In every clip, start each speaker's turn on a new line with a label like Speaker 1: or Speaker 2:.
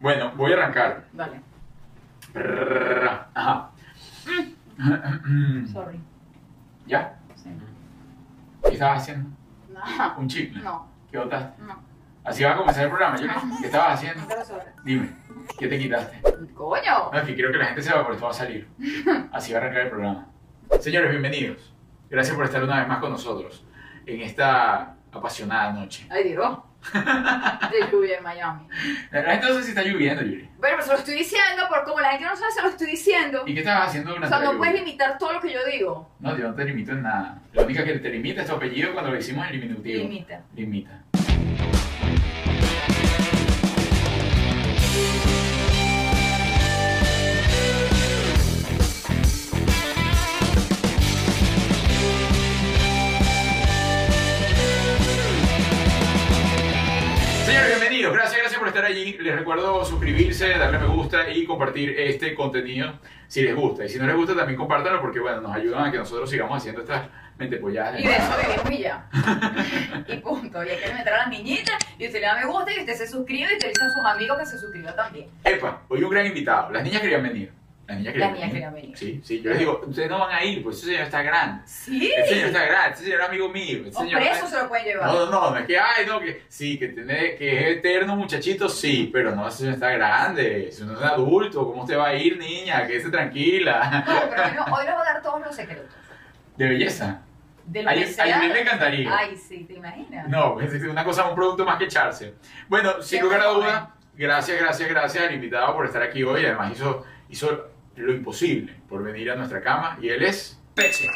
Speaker 1: Bueno, voy a arrancar.
Speaker 2: Dale,
Speaker 1: Prrrra. Ajá.
Speaker 2: sorry.
Speaker 1: ¿Ya?
Speaker 2: Sí.
Speaker 1: ¿Qué estabas haciendo?
Speaker 2: No,
Speaker 1: Un chicle.
Speaker 2: no,
Speaker 1: ¿Qué botaste?
Speaker 2: no.
Speaker 1: Así va a comenzar el programa, yo creo. ¿Qué estabas haciendo?
Speaker 2: te lo sobra.
Speaker 1: Dime, ¿qué te quitaste?
Speaker 2: ¡Coño!
Speaker 1: No, es que quiero que la gente sepa por esto va a salir. Así va a arrancar el programa. Señores, bienvenidos. Gracias por estar una vez más con nosotros en esta apasionada noche.
Speaker 2: Ay, Dios. De lluvia en Miami.
Speaker 1: La la gente no sé si está lloviendo, Yuri.
Speaker 2: Bueno, pero se lo estoy diciendo, por como la gente no sabe, se lo estoy diciendo.
Speaker 1: ¿Y qué estabas haciendo
Speaker 2: O
Speaker 1: durante
Speaker 2: sea,
Speaker 1: la
Speaker 2: no puedes
Speaker 1: lluvia?
Speaker 2: limitar todo lo que yo digo.
Speaker 1: No, yo no te limito en nada. La única que te limita es tu apellido cuando lo hicimos en el diminutivo.
Speaker 2: Limita.
Speaker 1: Limita. Señores, bienvenidos. Gracias, gracias por estar allí. Les recuerdo suscribirse, darle me gusta y compartir este contenido si les gusta. Y si no les gusta, también compártanlo porque, bueno, nos ayudan a que nosotros sigamos haciendo estas mentepolladas.
Speaker 2: Y de eso vivimos y ya. Y punto. Y hay que meter a la niñita, y usted le da me gusta, y usted se suscribe, y usted dice a sus amigos que se suscriban también.
Speaker 1: Epa, hoy un gran invitado. Las niñas querían venir. Las niñas querían
Speaker 2: Las niñas
Speaker 1: venir.
Speaker 2: querían venir.
Speaker 1: Sí, sí. Yo les digo, ustedes no van a ir, pues ese señor está grande.
Speaker 2: Sí.
Speaker 1: Ese señor está grande, ese señor es amigo mío. Ese
Speaker 2: O
Speaker 1: señor
Speaker 2: preso se lo pueden
Speaker 1: No,
Speaker 2: llevar.
Speaker 1: no, no, no es que, ay, no, que sí, que, tiene, que es eterno muchachito, sí, pero no, ese señor está grande, ese no es un adulto, ¿cómo usted va a ir, niña? Quédese tranquila.
Speaker 2: No, pero hoy no- hoy nos va a dar todos los secretos.
Speaker 1: De belleza.
Speaker 2: De lo
Speaker 1: A
Speaker 2: que sea.
Speaker 1: mí me encantaría.
Speaker 2: Ay, sí, ¿te imaginas?
Speaker 1: No, es una cosa, un producto más que echarse. Bueno, eh. sin
Speaker 2: Qué
Speaker 1: lugar a
Speaker 2: bueno,
Speaker 1: duda, gracias, gracias, gracias al invitado por estar aquí hoy. Además hizo, hizo lo imposible por venir a nuestra cama y él es Peche.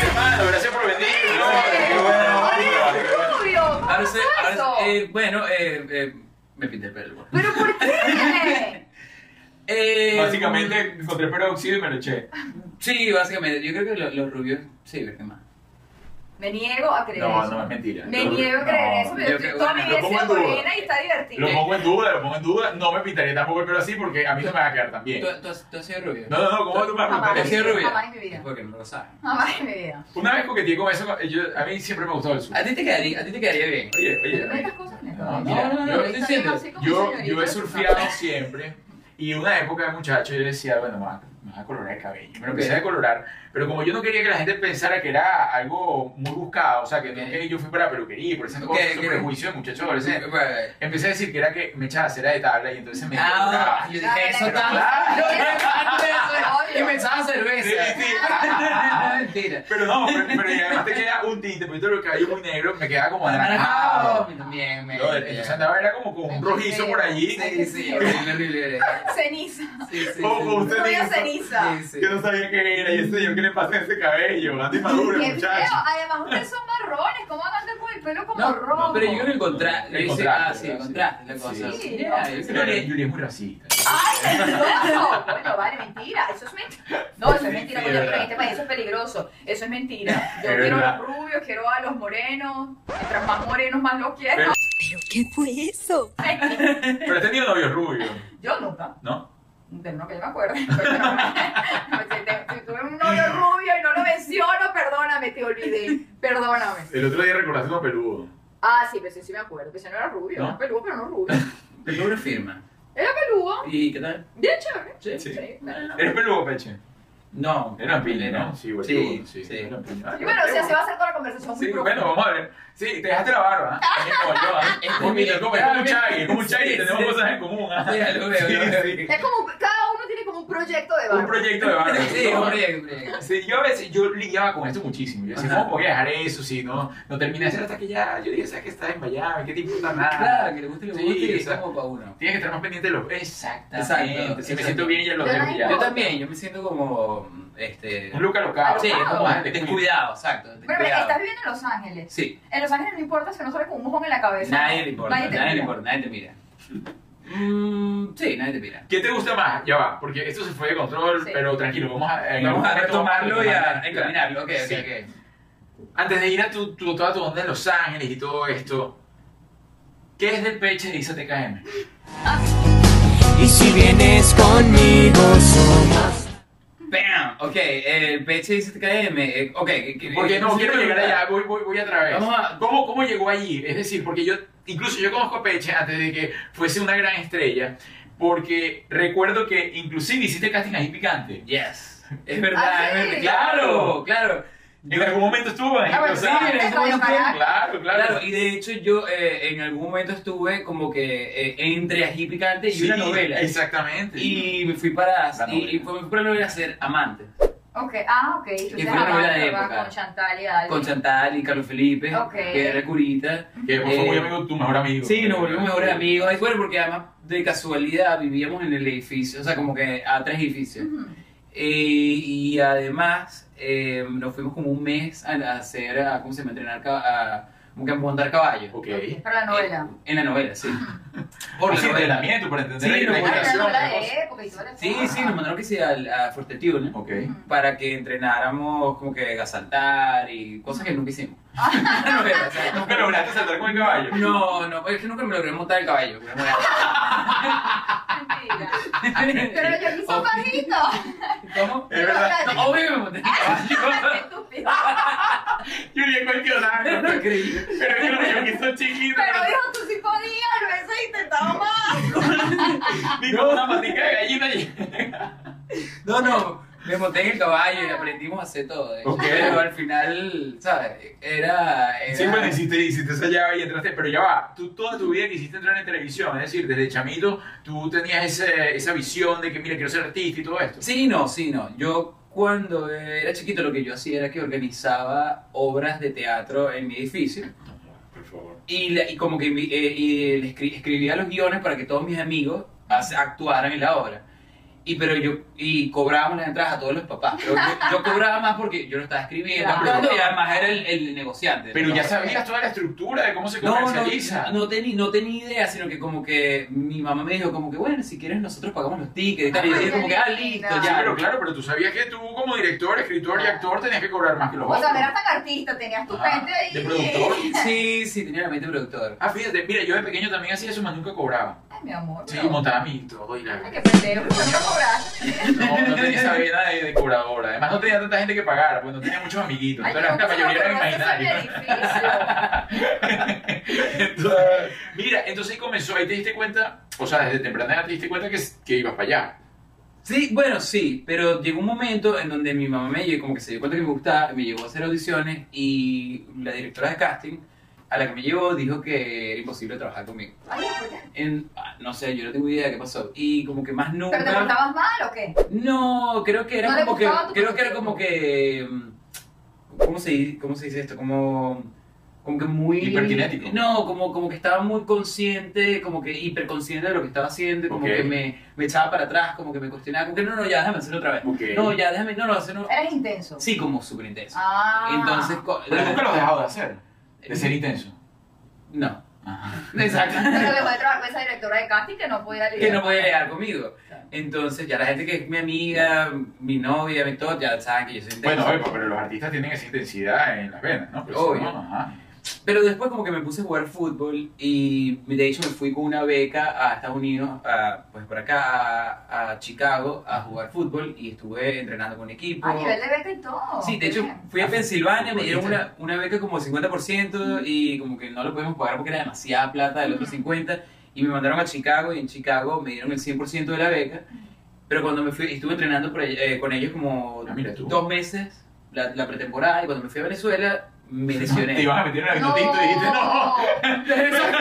Speaker 1: Hermano, gracias por venir.
Speaker 2: Sí.
Speaker 1: hombre, qué buena onda,
Speaker 2: Ay,
Speaker 1: qué buena-
Speaker 2: Rubio, ¿cómo
Speaker 3: Ahora
Speaker 2: pasó
Speaker 3: se- ahora se-
Speaker 2: eso?
Speaker 3: eh, bueno, eh, eh, me pinté el pelo. bueno.
Speaker 2: ¿Pero por qué?
Speaker 3: Eh,
Speaker 1: Básicamente encontré peróxido y me lo eché.
Speaker 3: Sí, básicamente. Yo creo que lo- los rubios se divierten más.
Speaker 2: Me niego a creer
Speaker 1: No,
Speaker 2: eso.
Speaker 1: no es mentira.
Speaker 2: Me
Speaker 1: Yo-
Speaker 2: niego a creer
Speaker 1: no.
Speaker 2: eso,
Speaker 3: yo
Speaker 2: pero yo
Speaker 3: creo-
Speaker 2: toda mi
Speaker 3: bueno,
Speaker 2: vida he
Speaker 1: lo
Speaker 2: sido
Speaker 1: pongo en duda.
Speaker 2: morena y está
Speaker 1: Lo
Speaker 2: divertido.
Speaker 1: pongo en duda, lo pongo en duda. No me pintaría tampoco el pelo así porque a mí no me va a quedar tan bien.
Speaker 3: ¿Tú, tú has, tú has sido rubio?
Speaker 1: No, no, no, ¿cómo tú me vas a
Speaker 2: Jamás.
Speaker 1: pintar
Speaker 3: ¿Tú has
Speaker 1: eso?
Speaker 3: sido rubio?
Speaker 2: Jamás en mi vida.
Speaker 3: Es porque no lo sabes.
Speaker 2: Jamás en mi vida.
Speaker 1: Una vez coqueteé con eso, yo- a mí siempre me ha gustado el sur.
Speaker 3: A ti te quedaría, a ti te quedaría bien.
Speaker 1: Oye,
Speaker 2: ¿Te
Speaker 1: oye,
Speaker 2: metas
Speaker 1: oye.
Speaker 2: cosas en el
Speaker 1: No,
Speaker 2: cabello?
Speaker 1: mira, yo
Speaker 2: está
Speaker 3: estoy
Speaker 2: bien
Speaker 3: diciendo,
Speaker 2: así como
Speaker 1: Yo,
Speaker 2: señorita,
Speaker 1: yo he
Speaker 2: eso está
Speaker 1: surfeado
Speaker 2: bien.
Speaker 1: siempre y una época de muchacho yo decía, bueno, me va- me va a colorar el cabello. Me lo empecé a colorar, pero como yo no quería que la gente pensara que era algo muy buscado, o sea, que no es que yo fui para peluquería y por esas
Speaker 3: Ok,
Speaker 1: cosas, esos
Speaker 3: ok.
Speaker 1: prejuicios de muchacho adolescente.
Speaker 3: Bueno,
Speaker 1: Empecé a decir que era que me echaba cera de tabla y entonces me
Speaker 3: Ah,
Speaker 1: coloraba.
Speaker 3: yo
Speaker 2: Ah,
Speaker 3: dije, eso
Speaker 2: pero
Speaker 3: está...
Speaker 1: claro.
Speaker 3: Yo dije, ah, eso es-
Speaker 2: Obvio.
Speaker 3: Y me echaba cerveza.
Speaker 1: Sí, sí.
Speaker 3: Ah, Mentira.
Speaker 1: Pero no, pero, pero y además te queda un tinte, porque todo el cabello muy negro me quedaba como
Speaker 3: Ah,
Speaker 1: anaranjado.
Speaker 3: Bien, me...
Speaker 1: Brother, Entonces andaba era como con un rojizo por allí.
Speaker 3: Sí, sí, horrible, horrible.
Speaker 2: Ceniza.
Speaker 3: eh. Sí, sí, sí.
Speaker 1: Ojo, usted
Speaker 2: Soy
Speaker 1: dijo.
Speaker 2: ceniza.
Speaker 3: Sí, sí.
Speaker 1: Yo no sabía qué era y ese señor que le pasó ese cabello, anda inmaduro,
Speaker 2: Qué feo.
Speaker 1: muchacho.
Speaker 2: Además, ustedes son marrones. ¿Cómo van a andar con el pelo como
Speaker 3: No,
Speaker 2: rojo?
Speaker 3: no, pero yo creo que el contraste.
Speaker 1: El
Speaker 3: yo hice-
Speaker 1: contraste,
Speaker 3: Ah, sí, el
Speaker 1: ¿verdad?
Speaker 3: contraste, la
Speaker 1: Sí.
Speaker 3: cosa.
Speaker 2: Sí.
Speaker 3: Yeah, yo creo que-
Speaker 1: Yuri es muy racista.
Speaker 2: ¡Ay, mentiroso! Bueno, vale, mentira. Eso es mentira. No, eso es mentira,
Speaker 1: Sí,
Speaker 2: coño,
Speaker 1: verdad.
Speaker 2: pero en este país eso es peligroso. Eso es mentira. Yo
Speaker 1: Es
Speaker 2: quiero
Speaker 1: verdad.
Speaker 2: a los rubios, quiero a los morenos. Mientras más morenos, más los quiero.
Speaker 4: ¿Pero qué fue eso?
Speaker 1: Pero este has tenido novio rubio,
Speaker 2: Yo nunca.
Speaker 1: ¿no?
Speaker 2: De uno que yo me acuerdo. si, te- si tuve un novio rubio y no lo menciono, perdóname, te olvidé. Perdóname.
Speaker 1: El otro día recordaste uno peludo.
Speaker 2: Ah, sí, pero sí, sí me acuerdo. Que ese no era rubio.
Speaker 1: ¿No?
Speaker 2: Era peludo, pero no rubio.
Speaker 3: Tengo una firma.
Speaker 2: Era peludo.
Speaker 3: ¿Y qué tal?
Speaker 2: Bien chévere.
Speaker 3: Sí.
Speaker 1: Sí.
Speaker 2: Sí, bueno.
Speaker 1: ¿Eres peludo, Peche?
Speaker 3: No.
Speaker 1: Era piña,
Speaker 3: era-
Speaker 1: ¿no? Sí, güey.
Speaker 3: Sí,
Speaker 1: sí.
Speaker 3: sí.
Speaker 1: era piña.
Speaker 2: Y bueno, o sea, se va a hacer toda la conversación muy
Speaker 1: Sí,
Speaker 2: profunda.
Speaker 1: bueno, vamos a ver. Sí, te dejaste la barba. También como yo, ¿ah?
Speaker 3: Este
Speaker 1: Porque
Speaker 3: mira,
Speaker 1: es como- es como un
Speaker 3: claramente-
Speaker 1: chagui, es como un chagui,
Speaker 3: Sí,
Speaker 1: tenemos
Speaker 3: sí.
Speaker 1: cosas en común. ¿ah?
Speaker 3: Sí, lo veo, lo veo.
Speaker 1: Sí, sí.
Speaker 2: Es como, cada uno tiene como un proyecto de barba.
Speaker 1: Un proyecto de barba.
Speaker 3: Sí, hombre, hombre.
Speaker 1: Sí, yo a veces, yo lidiaba con esto muchísimo. Yo decía,
Speaker 3: Ajá.
Speaker 1: ¿cómo voy a dejar eso si no, no termina de hacer hasta que ya? Yo dije, ¿sabes que estás en Miami? ¿Qué te importa nada?
Speaker 3: Claro, que le guste, le
Speaker 1: Sí,
Speaker 3: guste y es
Speaker 1: exacto.
Speaker 3: como para uno.
Speaker 1: Tienes que estar más pendiente de los... Exactamente.
Speaker 3: Exacto,
Speaker 1: si me
Speaker 3: exacto.
Speaker 1: siento bien, ya lo
Speaker 2: Yo
Speaker 1: dejo
Speaker 2: no
Speaker 1: ya.
Speaker 3: Yo
Speaker 2: importa.
Speaker 3: también, yo me siento como. Este.
Speaker 1: Un Luca Locado.
Speaker 3: Sí,
Speaker 2: Alocado.
Speaker 3: como descuidado, exacto.
Speaker 2: Pero mira, estás
Speaker 3: Descuidado.
Speaker 2: viviendo en Los Ángeles.
Speaker 3: Sí.
Speaker 2: En Los Ángeles no importa si uno sale con un mojón en la cabeza.
Speaker 3: Nadie le importa,
Speaker 2: Pues, te
Speaker 3: nadie le
Speaker 2: mira.
Speaker 3: importa, nadie te mira. Mm, Sí, nadie te mira.
Speaker 1: ¿Qué te gusta más? Ya va, porque esto se fue de control,
Speaker 2: Sí.
Speaker 1: pero tranquilo, vamos a... en
Speaker 3: Vamos
Speaker 1: algún
Speaker 3: a
Speaker 1: momento
Speaker 3: retomarlo y a
Speaker 1: retomarlo.
Speaker 3: encaminarlo. Ok, ok,
Speaker 1: Sí.
Speaker 3: ok.
Speaker 1: Antes de ir a tu, tu, toda tu onda en Los Ángeles y todo esto, ¿qué es del peche de Isa TKM?
Speaker 4: Y si vienes conmigo somos
Speaker 3: ¡Bam! Ok, el PH17KM. eh, Ok, que-
Speaker 1: Porque no
Speaker 3: que-
Speaker 1: quiero llegar allá, voy, voy, voy a través.
Speaker 3: Vamos a-
Speaker 1: ¿Cómo, ¿Cómo llegó allí? Es decir, porque yo, incluso yo conozco a Peche antes de que fuese una gran estrella, porque recuerdo que inclusive hiciste casting ahí picante.
Speaker 3: Yes. Es verdad,
Speaker 2: ¿Ah,
Speaker 3: es
Speaker 2: sí?
Speaker 3: verdad. Claro, claro.
Speaker 1: En algún momento estuvo ahí.
Speaker 2: Ah, bueno,
Speaker 1: o
Speaker 2: sí,
Speaker 1: sea,
Speaker 2: en algún momento.
Speaker 1: Claro, claro.
Speaker 3: Claro, y de hecho yo eh, en algún momento estuve como que eh, entre Ají Picante y
Speaker 1: Sí,
Speaker 3: una novela.
Speaker 1: Exactamente.
Speaker 3: Y me fui para,
Speaker 1: La
Speaker 3: y, y
Speaker 1: novela.
Speaker 3: fue, me fui para la novela a ser amante.
Speaker 2: Ok, ah, ok.
Speaker 3: Y
Speaker 2: Entonces
Speaker 3: fue una novela de
Speaker 2: Amanda va
Speaker 3: época.
Speaker 2: con Chantal y Dali.
Speaker 3: Con Chantal y Carlos Felipe,
Speaker 2: Ah, Ok.
Speaker 3: que era curita.
Speaker 1: que después fue
Speaker 3: Eh,
Speaker 1: muy amigo, tu mejor amigo.
Speaker 3: Sí, nos volvimos mejores amigos. Y bueno, porque además de casualidad vivíamos en el edificio, o sea, como que a tres edificios.
Speaker 2: Ujú.
Speaker 3: Eh, y además eh, nos fuimos como un mes a a hacer, a, ¿cómo se llama? A entrenar, ca- a, como que a montar caballos. Eh,
Speaker 1: Ok.
Speaker 2: Para la novela. Ah,
Speaker 3: En la novela, sí.
Speaker 1: Por
Speaker 3: la
Speaker 1: sí,
Speaker 3: novela.
Speaker 1: entrenamiento, para entender
Speaker 3: Sí,
Speaker 1: ahí
Speaker 3: lo
Speaker 1: la
Speaker 3: bueno.
Speaker 2: Para la
Speaker 1: equitación.
Speaker 2: novela
Speaker 1: la cosa.
Speaker 2: de época y toda la
Speaker 3: Sí,
Speaker 2: cosa.
Speaker 3: sí, nos mandaron que sí al- a, Fortitude, ¿no?
Speaker 1: Ok.
Speaker 2: Ujú.
Speaker 3: Para que entrenáramos como que a saltar y cosas que nunca hicimos. no, era, o sea,
Speaker 1: Nunca lograste saltar con el caballo.
Speaker 3: no, no, es que nunca me logré montar el caballo. pues, pero bueno.
Speaker 2: Mentira. Pero yo aquí soy bajito.
Speaker 3: ¿Cómo?
Speaker 1: Es verdad.
Speaker 3: No, obvio que me monté el caballo.
Speaker 2: Estúpido.
Speaker 1: Yo le cuestionaba.
Speaker 3: No creí.
Speaker 1: Pero es que lo que hizo chiquito.
Speaker 2: Pero hijo, tú sí podías, lo hubiese intentado más.
Speaker 1: Ni con una patica de gallina. y-
Speaker 3: No, no, me monté en el caballo y aprendimos a hacer todo. de hecho.
Speaker 1: Ok.
Speaker 3: Pero al final, ¿sabes? Era. era-
Speaker 1: Eh, Sí, pues, bueno, hiciste, hiciste esa llave y entraste, pero ya va, tú toda tu vida quisiste entrar en televisión, es decir, desde chamito tú tenías ese- esa visión de que, mira, quiero ser artista y todo esto.
Speaker 3: Sí, no, sí, no. Yo cuando era chiquito lo que yo hacía era que organizaba obras de teatro en mi edificio.
Speaker 1: Por favor.
Speaker 3: Y, la- y como que mi- eh, y le escri- escribía los guiones para que todos mis amigos hace- actuaran en la obra. Y pero yo y cobrábamos las entradas a todos los papás. Pero yo, yo cobraba más porque yo lo estaba escribiendo,
Speaker 2: Claro.
Speaker 3: actuando, y además era el, el negociante.
Speaker 1: Pero
Speaker 3: ¿no?
Speaker 1: ya sabías toda la estructura de cómo se
Speaker 3: No, no,
Speaker 1: comercializa.
Speaker 3: no, tenía, no tenía idea, sino que como que mi mamá me dijo como que, bueno, si quieres nosotros pagamos los tickets y tal. Y yo
Speaker 2: Ay,
Speaker 3: dije como que, ah,
Speaker 2: qué
Speaker 3: listo,
Speaker 2: linda.
Speaker 1: Sí,
Speaker 3: ya.
Speaker 1: pero claro, pero tú sabías que tú como director, escritor y actor tenías que cobrar más que los
Speaker 2: O sea,
Speaker 1: otros.
Speaker 2: no eras tan artista, tenías tu
Speaker 3: Ah,
Speaker 1: Ajá,
Speaker 2: gente ahí.
Speaker 1: de productor.
Speaker 3: Sí, sí, tenía la mente de productor.
Speaker 1: Ah, fíjate, mira, yo de pequeño también hacía eso, más nunca cobraba.
Speaker 2: Ay, mi amor.
Speaker 1: Sí,
Speaker 2: pero-
Speaker 1: montaba mi todo y la...
Speaker 2: Ay, qué pendejo, ¿por qué no cobraste?
Speaker 1: No, no tenía esa vena de, de cobradora. Además, no tenía tanta gente que pagar, pues no tenía muchos amiguitos.
Speaker 2: Ay,
Speaker 1: Entonces, la
Speaker 2: ¿cómo se
Speaker 1: mayoría
Speaker 2: me
Speaker 1: era
Speaker 2: ocurrió hacer
Speaker 1: imaginaria. Entonces, mira, entonces ahí comenzó, ahí te diste cuenta, o sea, desde temprana edad te diste cuenta que, que ibas para allá.
Speaker 3: Sí, bueno, sí, pero llegó un momento en donde mi mamá me llegó, como que se dio cuenta que me gustaba, me llevó a hacer audiciones y la directora de casting a la que me llevó dijo que era imposible trabajar conmigo.
Speaker 2: Ay, pues ¿por qué?
Speaker 3: En- ah, no sé, yo no tengo idea de qué pasó. Y como que más nunca...
Speaker 2: ¿Pero te portabas mal o qué?
Speaker 3: No, creo que
Speaker 2: ¿No
Speaker 3: era
Speaker 2: le
Speaker 3: como que.
Speaker 2: gustaba tu
Speaker 3: Creo que era
Speaker 2: contenido?
Speaker 3: como que. mm, ¿Cómo se, di- cómo se dice esto? Como. Como que muy.
Speaker 1: Hiperkinético.
Speaker 3: No, como, como que estaba muy consciente, como que hiperconsciente de lo que estaba haciendo, como
Speaker 1: Ok.
Speaker 3: que me, me echaba para atrás, como que me cuestionaba, como que no, no, ya déjame hacerlo otra vez.
Speaker 1: Ok.
Speaker 3: No, ya déjame, no, no, hacerlo.
Speaker 2: Eres intenso.
Speaker 3: Sí, como súper intenso.
Speaker 2: Ah.
Speaker 3: Entonces. co-
Speaker 1: Pero nunca lo has dejado de hacer, de ser intenso.
Speaker 3: No. Exacto.
Speaker 2: Pero dejó de trabajar con esa directora de casting que no podía lidiar.
Speaker 3: que no podía llegar conmigo. Entonces, ya la gente que es mi amiga, mi novia, mi todo, ya saben que yo soy intenso.
Speaker 1: Bueno, oye, pero los artistas tienen esa intensidad en las venas, ¿no? Pero
Speaker 3: Obvio.
Speaker 1: si no, ajá.
Speaker 3: Pero después como que me puse a jugar fútbol y de hecho me fui con una beca a Estados Unidos, a- pues por acá, a, a Chicago, a jugar fútbol y estuve entrenando con equipo.
Speaker 2: A nivel de beca y todo.
Speaker 3: Sí, de hecho
Speaker 2: Bien.
Speaker 3: fui a Pensilvania, me dieron
Speaker 1: Futbolista.
Speaker 3: una, una beca como 50% y como que no lo pudimos pagar porque era demasiada plata del otro 50% y me mandaron a Chicago y en Chicago me dieron el 100% de la beca. Pero cuando me fui, estuve entrenando por allá- eh, con ellos como
Speaker 1: Ah, mira tú.
Speaker 3: dos meses, la, la pretemporada, y cuando me fui a Venezuela me lesioné.
Speaker 1: Te ibas a meter en el vino tinto y dijiste, no.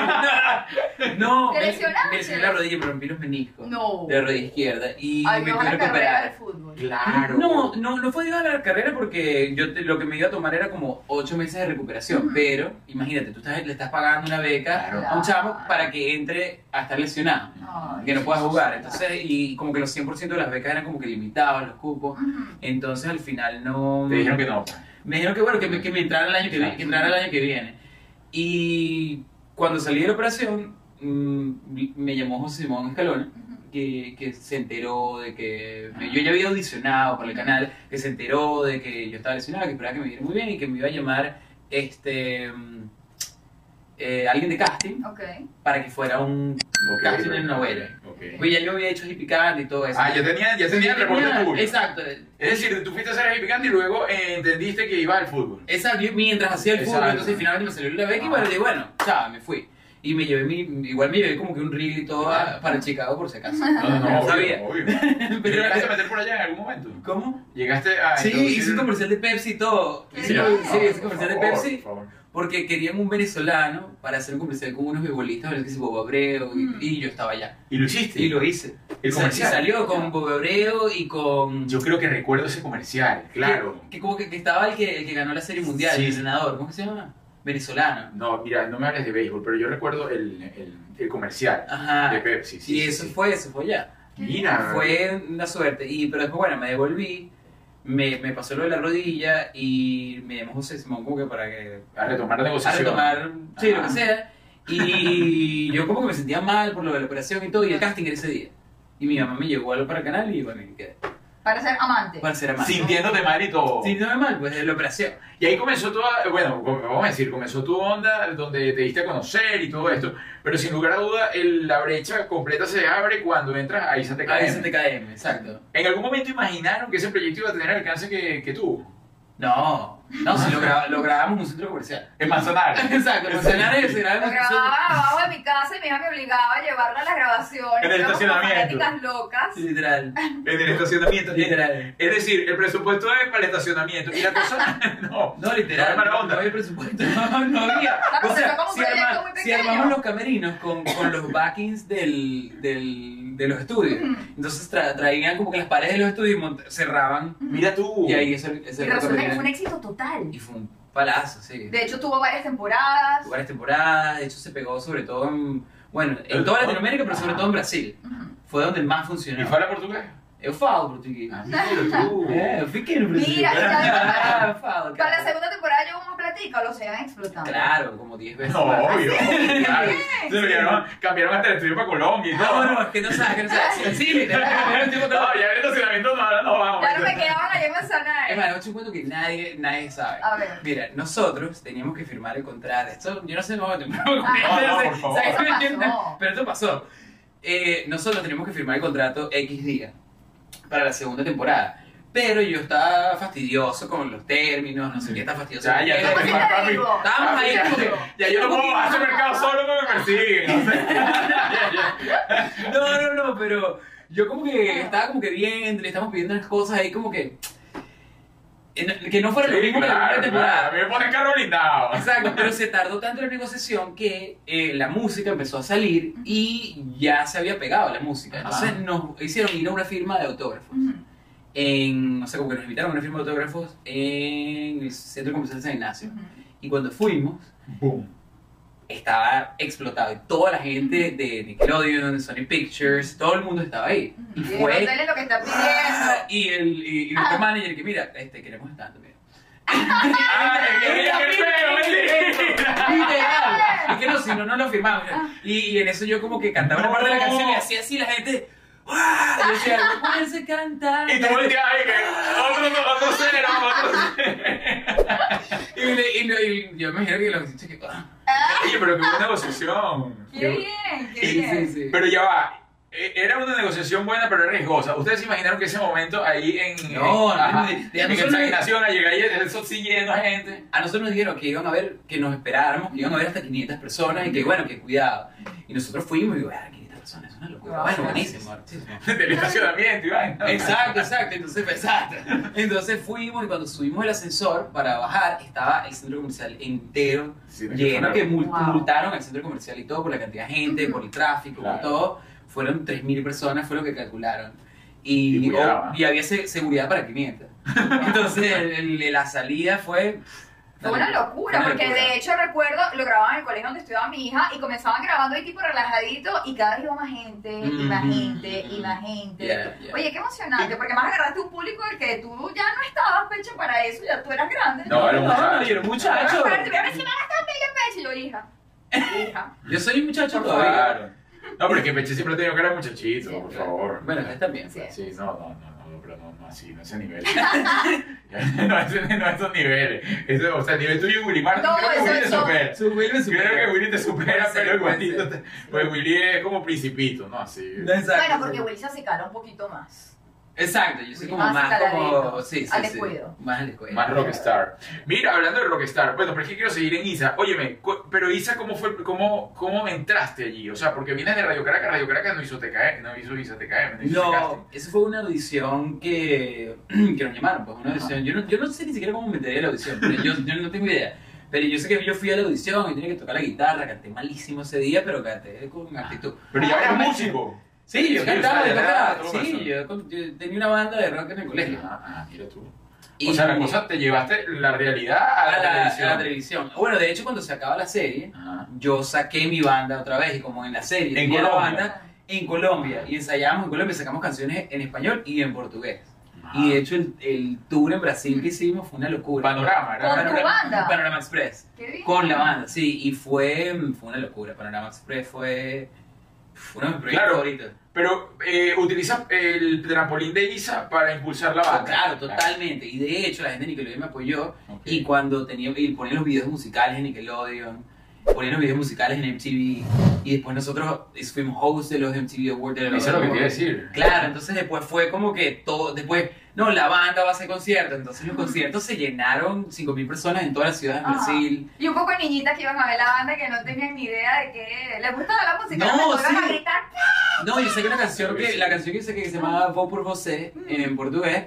Speaker 3: No,
Speaker 2: ¿Te
Speaker 3: me,
Speaker 2: lesionaste?
Speaker 3: me lesioné la rodilla, me rompí los meniscos
Speaker 2: No.
Speaker 3: de la rodilla izquierda y
Speaker 2: Ay,
Speaker 3: me
Speaker 2: no,
Speaker 3: tuve que
Speaker 2: la carrera del
Speaker 3: recuperar.
Speaker 2: fútbol.
Speaker 1: Claro.
Speaker 3: No, no, no fue de la carrera porque yo te- lo que me iba a tomar era como ocho meses de recuperación, pero imagínate, tú estás- le estás pagando una beca
Speaker 1: Claro.
Speaker 3: a un
Speaker 2: Ah.
Speaker 3: chavo para que entre a estar lesionado,
Speaker 2: Ay,
Speaker 3: que no pueda jugar,
Speaker 2: sí, sí.
Speaker 3: entonces y como que los 100% de las becas eran como que limitados los cupos,
Speaker 2: Ujú.
Speaker 3: entonces al final no
Speaker 1: Te dijeron que no. pues.
Speaker 3: me dijeron que bueno, que me, que me entrara el año que, vi- que entrara el año que viene. Y cuando salí de la operación, mm, me llamó José Simón Escalona,
Speaker 2: Ujú.
Speaker 3: que, que se enteró de que yo ya había audicionado para el canal, que se enteró de que yo estaba lesionada, que esperaba que me viera muy bien y que me iba a llamar este mm, eh, alguien de casting
Speaker 2: Ok.
Speaker 3: para que fuera un
Speaker 1: Ok,
Speaker 3: casting
Speaker 1: ok.
Speaker 3: en novela.
Speaker 1: Ok.
Speaker 3: Pues ya yo había hecho Hippie Candy y todo eso.
Speaker 1: Ah, ya tenía, ya tenía el reporte tuyo.
Speaker 3: Exacto.
Speaker 1: Es decir, tú fuiste a hacer hippie candy y luego eh, entendiste que iba al fútbol.
Speaker 3: Exacto, yo mientras hacía el fútbol,
Speaker 1: Exacto.
Speaker 3: entonces finalmente me salió la beca y
Speaker 1: Ah.
Speaker 3: bueno, dije, bueno, chao, me fui. Y me llevé mi, igual me llevé como que un reel y todo a- para Chicago por si acaso.
Speaker 1: Ah, No, no, no,
Speaker 3: No
Speaker 1: obvio,
Speaker 3: sabía.
Speaker 1: obvio. ¿Te
Speaker 3: Pero-
Speaker 1: llegaste a meter por allá en algún momento?
Speaker 3: ¿Cómo?
Speaker 1: Llegaste a.
Speaker 3: Sí,
Speaker 1: introducir-
Speaker 3: hice un comercial de Pepsi y todo.
Speaker 2: Sí,
Speaker 3: Hice-
Speaker 1: Ya,
Speaker 2: no,
Speaker 3: sí, hice un
Speaker 1: ah, por
Speaker 3: comercial de
Speaker 1: favor,
Speaker 3: Pepsi
Speaker 1: por favor.
Speaker 3: porque querían un venezolano para hacer un comercial con unos beibolistas, pero es que si Bobo Abreu y,
Speaker 2: Mm.
Speaker 3: y yo estaba allá.
Speaker 1: Y lo hiciste.
Speaker 3: Y lo hice.
Speaker 1: El
Speaker 3: O sea,
Speaker 1: comercial.
Speaker 3: y salió con Bobo Abreu y con...
Speaker 1: Yo creo que recuerdo ese comercial, claro.
Speaker 3: Que, que como que, que estaba el que, el que ganó la Serie Mundial,
Speaker 1: Sí.
Speaker 3: el entrenador, ¿cómo se llama? Venezolano.
Speaker 1: No, mira, no me hables de béisbol, pero yo recuerdo el, el, el comercial
Speaker 3: Ajá.
Speaker 1: de Pepsi. Sí,
Speaker 3: Ah, y
Speaker 1: sí, Ah.
Speaker 3: eso
Speaker 1: sí.
Speaker 3: fue, eso fue allá.
Speaker 1: Mira.
Speaker 3: Fue una suerte. Y, pero después, bueno, me devolví, me, me pasó lo de la rodilla y me llamó José Simón como que para que
Speaker 1: A Ah. retomar la
Speaker 3: a
Speaker 1: negociación.
Speaker 3: retomar, sí, lo que
Speaker 1: Ajá.
Speaker 3: sea. Y yo como que me sentía mal por lo de la operación y todo, y el casting era ese día. Y mi mamá me llevó algo para el canal y bueno, y quedé.
Speaker 2: Para ser amante.
Speaker 3: Para ser amante.
Speaker 1: Sintiéndote mal y todo.
Speaker 3: Sintiéndome mal, pues de la operación.
Speaker 1: Y ahí comenzó toda, eh, bueno, com- vamos a decir, comenzó tu onda donde te diste a conocer y todo esto. Pero sin lugar a duda, el- la brecha completa se abre cuando entras a Isa TKM.
Speaker 3: A ese TKM, exacto.
Speaker 1: ¿En algún momento imaginaron que ese proyecto iba a tener el alcance que, que tuvo?
Speaker 3: No, no, si lo, gra- lo grabamos en un centro comercial.
Speaker 1: En Manzanares.
Speaker 3: Exacto, los escenarios se
Speaker 2: Lo
Speaker 3: graban en un centro
Speaker 2: grababa abajo de mi casa y mi hija me obligaba a llevarla a las grabaciones.
Speaker 1: En el
Speaker 2: éramos como
Speaker 1: estacionamiento.
Speaker 2: fanáticas locas.
Speaker 3: Literal,
Speaker 1: En el estacionamiento.
Speaker 3: literal.
Speaker 1: Es decir, el presupuesto es para el estacionamiento. Y la persona. No.
Speaker 3: No,
Speaker 1: No,
Speaker 3: literal,
Speaker 1: mala
Speaker 3: no,
Speaker 1: onda.
Speaker 3: había presupuesto, no, no había.
Speaker 2: Claro,
Speaker 3: O
Speaker 2: se
Speaker 3: sea,
Speaker 2: fue como un
Speaker 3: si,
Speaker 2: proyecto
Speaker 3: arma-
Speaker 2: muy
Speaker 3: si
Speaker 2: pequeño.
Speaker 3: armamos los camerinos con, con los backings del, del, de los estudios, entonces tra- traían como que las paredes de los estudios y mont- cerraban.
Speaker 1: Mira tú.
Speaker 3: Y ahí ese, ese
Speaker 2: Y
Speaker 3: fue el
Speaker 2: resulta que fue un
Speaker 3: camino.
Speaker 2: éxito total.
Speaker 3: Y fue un palazo, sí.
Speaker 2: De hecho, tuvo varias temporadas.
Speaker 3: Tuvo varias temporadas, de hecho se pegó sobre todo en, bueno, en toda Latinoamérica, pero sobre todo en Brasil.
Speaker 2: Ujú.
Speaker 3: Fue donde más
Speaker 1: ¿Y
Speaker 3: funcionó.
Speaker 1: fue a la portuguesa? Eh.
Speaker 3: Eu falo portugués.
Speaker 1: Ah, mira tú.
Speaker 3: É, eu fiquei no Brasil.
Speaker 2: Mira,
Speaker 3: Ah, eu falo,
Speaker 2: Para la
Speaker 3: cara.
Speaker 2: segunda temporada llevamos más platica, lo se han explotado.
Speaker 3: Claro, como 10 veces.
Speaker 1: No,
Speaker 3: más.
Speaker 1: obvio. Claro. Se lo llevaron- cambiaron hasta el estudio para Colombia y todo.
Speaker 3: No, no, Ah, es que no sabes, que no sabes. Sí, literal,
Speaker 1: No, ya el estacionamiento no, ahora no vamos.
Speaker 2: Ya no me quedaban allá en Manzanares.
Speaker 3: Es más, otro cuento que nadie, nadie sabe.
Speaker 2: A ver.
Speaker 3: Mira, nosotros teníamos que firmar el contrato. Esto, yo no sé, no, no,
Speaker 1: Ah, no, por favor.
Speaker 2: Eso pasó.
Speaker 3: Pero esto pasó. Eh, nosotros teníamos que firmar el contrato X día para la segunda temporada. Pero yo estaba fastidioso con los términos, no sé qué, estaba fastidioso.
Speaker 1: Ya, ya,
Speaker 3: Eh,
Speaker 1: ya,
Speaker 2: Pues sí
Speaker 1: ya,
Speaker 2: te digo.
Speaker 3: Estábamos ahí,
Speaker 1: ya,
Speaker 3: como que-
Speaker 1: ya, yo no puedo bajar al mercado solo porque me persiguen. no sé. Ya, ya.
Speaker 3: No, no, no, pero yo como
Speaker 1: Ah.
Speaker 3: que estaba como que viendo, le estamos pidiendo unas cosas ahí como que. en- Que no fuera lo
Speaker 1: Sí,
Speaker 3: mismo que la primera
Speaker 1: claro, claro. A
Speaker 3: temporada.
Speaker 1: mí me ponen carro blindado.
Speaker 3: Exacto, pero se tardó tanto la negociación que eh, la música empezó a salir y ya se había pegado la música. Entonces
Speaker 1: Ajá.
Speaker 3: nos hicieron ir a una firma de autógrafos.
Speaker 2: Ujú.
Speaker 3: En, o sea, como que nos invitaron a una firma de autógrafos en el Centro Comercial San Ignacio.
Speaker 2: Ujú.
Speaker 3: Y cuando fuimos,
Speaker 1: Boom.
Speaker 3: estaba explotado. Y toda la gente de Nickelodeon, de Sony Pictures, todo el mundo estaba ahí. Y
Speaker 2: Y
Speaker 3: fue
Speaker 2: no lo que está pidiendo.
Speaker 3: y el y, y nuestro manager que mira, este queremos tanto, mira.
Speaker 1: ¡Ah, qué bien, qué feo!
Speaker 3: Literal. Ah. Es que no, si no, no lo firmamos. Y, y en eso yo como que cantaba una parte de la canción y hacía así la gente. ¡guau! Yo decía, ¿cuál se canta?
Speaker 1: Y tú volteas ahí que otro, otro cero, otro cero.
Speaker 3: Y, le- y lo- y yo me imagino que los dicho que. ah.
Speaker 1: Oye, pero qué buena negociación.
Speaker 2: Qué bien, qué
Speaker 3: Sí, sí,
Speaker 2: bien.
Speaker 3: sí.
Speaker 1: Pero ya va. E- Era una negociación buena, pero era riesgosa. ¿Ustedes se imaginaron que ese momento ahí en.
Speaker 3: No,
Speaker 1: en,
Speaker 3: no,
Speaker 1: ajá,
Speaker 3: de- de- de-
Speaker 1: en
Speaker 3: nosotros-
Speaker 1: examinación, a llegar ahí, eso sí lleno de gente.
Speaker 3: A nosotros nos dijeron que iban a ver, que nos esperáramos, que iban a ver hasta 500 personas y que bueno, que cuidado. Y nosotros fuimos y digo, ah, 500 personas, es una locura. Bueno, buenísimo, artísimo.
Speaker 1: Del estacionamiento, Iván.
Speaker 3: Ah, Exacto, exacto. Entonces, exacto. Entonces fuimos y cuando subimos el ascensor para bajar, estaba el centro comercial entero
Speaker 1: Sí, me
Speaker 3: lleno,
Speaker 1: imagino.
Speaker 3: que mul-
Speaker 2: Wow.
Speaker 3: multaron al centro comercial y todo por la cantidad de gente,
Speaker 2: Ujú.
Speaker 3: por el tráfico,
Speaker 1: Claro.
Speaker 3: por todo. Fueron 3.000 personas, fue lo que calcularon.
Speaker 1: Y
Speaker 3: Y,
Speaker 1: cuidado,
Speaker 3: oh,
Speaker 1: ¿eh?
Speaker 3: y había se- seguridad para 500. Entonces, el- el- la salida fue...
Speaker 2: Fue una locura,
Speaker 3: Una
Speaker 2: porque
Speaker 3: locura.
Speaker 2: de hecho recuerdo, lo grababan en el colegio donde estudiaba mi hija y comenzaban grabando ahí tipo relajadito y cada vez iba más gente, y más
Speaker 3: Mm.
Speaker 2: gente, y más gente.
Speaker 3: Yeah, yeah.
Speaker 2: Oye, qué emocionante, porque más agarraste un público del que tú ya no estabas pecho para eso, ya tú eras grande.
Speaker 1: No, era un
Speaker 3: no,
Speaker 1: muchacho.
Speaker 3: yo era un
Speaker 2: Pero
Speaker 3: muchacho.
Speaker 2: acuérdate, mira, me decían, "Ah, estás bella pecho", y yo, hija, hija.
Speaker 3: Yo soy un muchacho todavía.
Speaker 1: Claro. No, pero es que Peche siempre ha tenido cara de muchachito, por favor.
Speaker 3: Bueno, ustedes también.
Speaker 2: Sí.
Speaker 1: Sí, no, no, no, no, pero no, no así, no a ese nivel. no a ese- no a esos niveles. Eso, o sea, el nivel tuyo y Willy Martin,
Speaker 2: No,
Speaker 1: creo que
Speaker 2: eso-
Speaker 1: Willy te
Speaker 2: eso-
Speaker 1: supera.
Speaker 3: Su Will me supera.
Speaker 1: Creo que Willy te supera,
Speaker 3: Puede ser,
Speaker 1: pero
Speaker 3: puede
Speaker 1: igualito.
Speaker 3: ser.
Speaker 1: te- Pues Willy es como principito, ¿no? Así.
Speaker 3: No, exacto.
Speaker 2: Bueno, porque Willy se acicala un poquito más.
Speaker 3: Exacto, yo soy
Speaker 2: Willy
Speaker 3: como
Speaker 2: más
Speaker 3: más como.
Speaker 2: caladito,
Speaker 3: Sí, sí,
Speaker 2: al
Speaker 3: sí.
Speaker 2: descuido.
Speaker 3: Más al descuido.
Speaker 1: Más rockstar. Mira, hablando de rockstar, bueno, pero es que quiero seguir en Isa. Óyeme, cu- pero Isa, ¿cómo fue, cómo, cómo entraste allí? O sea, porque vienes de Radio Caracas, Radio Caracas no hizo TKM, no hizo Isa TKM, no hizo ese casting.
Speaker 3: No, eso fue una audición que, que nos llamaron, pues una
Speaker 1: Ajá.
Speaker 3: audición. Yo no, yo no sé ni siquiera cómo me enteré de la audición, pero yo, yo no tengo idea. Pero yo sé que yo fui a la audición y tenía que tocar la guitarra, canté malísimo ese día, pero canté con actitud.
Speaker 1: Pero ya eres
Speaker 3: Ah,
Speaker 1: músico.
Speaker 3: Sí, yo
Speaker 1: Sí, o
Speaker 3: cantaba,
Speaker 1: sea,
Speaker 3: yo
Speaker 1: ya
Speaker 3: cantaba.
Speaker 1: todo
Speaker 3: Sí,
Speaker 1: eso.
Speaker 3: yo, con- yo tenía una banda de rock en el colegio.
Speaker 1: Ah, ah, mira tú.
Speaker 3: Y-
Speaker 1: O sea, la cosa, te llevaste la realidad a la,
Speaker 3: a la,
Speaker 1: televisión. Ah,
Speaker 3: a la televisión. Bueno, de hecho, cuando se acaba la serie,
Speaker 1: Ajá.
Speaker 3: yo saqué mi banda otra vez, y como en la serie,
Speaker 1: En
Speaker 3: tenía la
Speaker 1: Colombia.
Speaker 3: banda
Speaker 2: Ah,
Speaker 3: en Colombia. Y ensayábamos en Colombia, sacamos canciones en español y en portugués.
Speaker 1: Ajá.
Speaker 3: Y de hecho, el, el tour en Brasil que hicimos fue una locura.
Speaker 1: Panorama, era
Speaker 2: Con tu
Speaker 1: Panorama.
Speaker 2: banda.
Speaker 3: Panorama Express.
Speaker 2: Qué bien.
Speaker 3: Con la banda, sí. Y fue, fue una locura. Panorama Express fue, fue uno de mis proyectos
Speaker 1: Claro.
Speaker 3: favoritos.
Speaker 1: Pero eh, utilizas el trampolín de Isa para impulsar la banda.
Speaker 3: Claro, totalmente. Y de hecho, la gente de Nickelodeon me apoyó.
Speaker 1: Ok.
Speaker 3: Y cuando tenía, y ponían los videos musicales en Nickelodeon, ponían los videos musicales en MTV, y después nosotros eh, fuimos hosts de los MTV Awards. De los
Speaker 1: Eso es lo que te iba a
Speaker 3: Awards.
Speaker 1: decir.
Speaker 3: Claro, entonces después fue como que todo, después, no, la banda va a hacer conciertos, entonces los
Speaker 2: Ujú.
Speaker 3: conciertos se llenaron 5.000 personas en todas las ciudades de
Speaker 2: Ajá.
Speaker 3: Brasil.
Speaker 2: Y un poco de niñitas que iban a ver la banda que no tenían ni idea de qué. Les gustaba la música,
Speaker 3: No,
Speaker 2: no, me
Speaker 3: sí.
Speaker 2: a gritar.
Speaker 3: No, yo sé que la canción que, la canción que, hice que se llamaba Vou por Você, en portugués,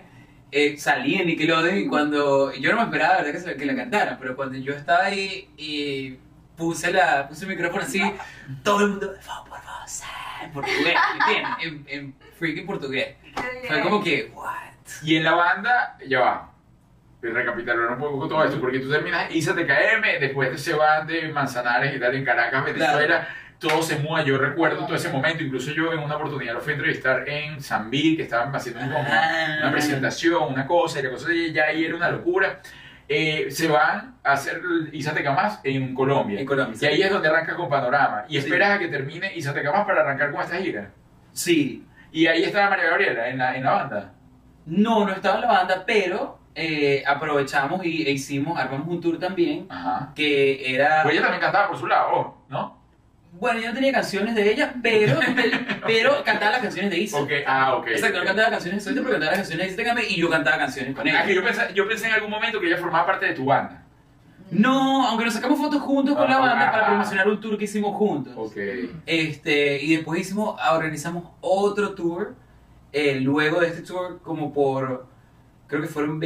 Speaker 3: eh, salí en Nickelodeon y cuando, yo no me esperaba, la verdad, que, se- que la cantaran, pero cuando yo estaba ahí y puse, la, puse el micrófono así, todo el mundo, Vou por Você, en portugués, ¿entiendes? En, en freaking portugués.
Speaker 2: Qué
Speaker 3: Fue
Speaker 2: bien.
Speaker 3: como que, what?
Speaker 1: Y en la banda, ya va. Recapitular un poco todo esto, porque tú terminas Isa TKM, después se van de Manzanares y tal en Caracas, Venezuela. Todo se muda, yo recuerdo todo ese momento, incluso yo en una oportunidad lo fui a entrevistar en San Bill, que estaban haciendo
Speaker 3: Ah.
Speaker 1: un, como- una presentación, una cosa, y la cosa ya ahí era una locura. Eh, se van a hacer Isa Tecamás en Colombia.
Speaker 3: En Colombia.
Speaker 1: Y ahí es donde arranca con Panorama. Y
Speaker 3: Sí.
Speaker 1: esperas a que termine Isa Tecamás para arrancar con esta gira.
Speaker 3: Sí,
Speaker 1: Y ahí estaba María Gabriela en la, en la banda.
Speaker 3: no, no estaba en la banda, pero eh, aprovechamos y, e hicimos, armamos un tour también,
Speaker 1: Ajá.
Speaker 3: que era...
Speaker 1: Pues ella también cantaba por su lado, oh, ¿no?
Speaker 3: Bueno, yo no tenía canciones de ella, pero, pero cantaba las canciones de Isa.
Speaker 1: Ok, ah, ok.
Speaker 3: Exacto, no cantaba canciones de Isa, pero cantaba las canciones de Isa Tecame y yo cantaba canciones con
Speaker 1: Ah, que
Speaker 3: ella.
Speaker 1: yo, pensé, yo pensé en algún momento que ella formaba parte de tu banda.
Speaker 3: No, aunque nos sacamos fotos juntos con la
Speaker 1: Ah,
Speaker 3: banda
Speaker 1: ah,
Speaker 3: para
Speaker 1: ah.
Speaker 3: promocionar un tour que hicimos juntos.
Speaker 1: Ok.
Speaker 3: Este, y después hicimos, organizamos otro tour. eh, luego de este tour, como por, creo que fueron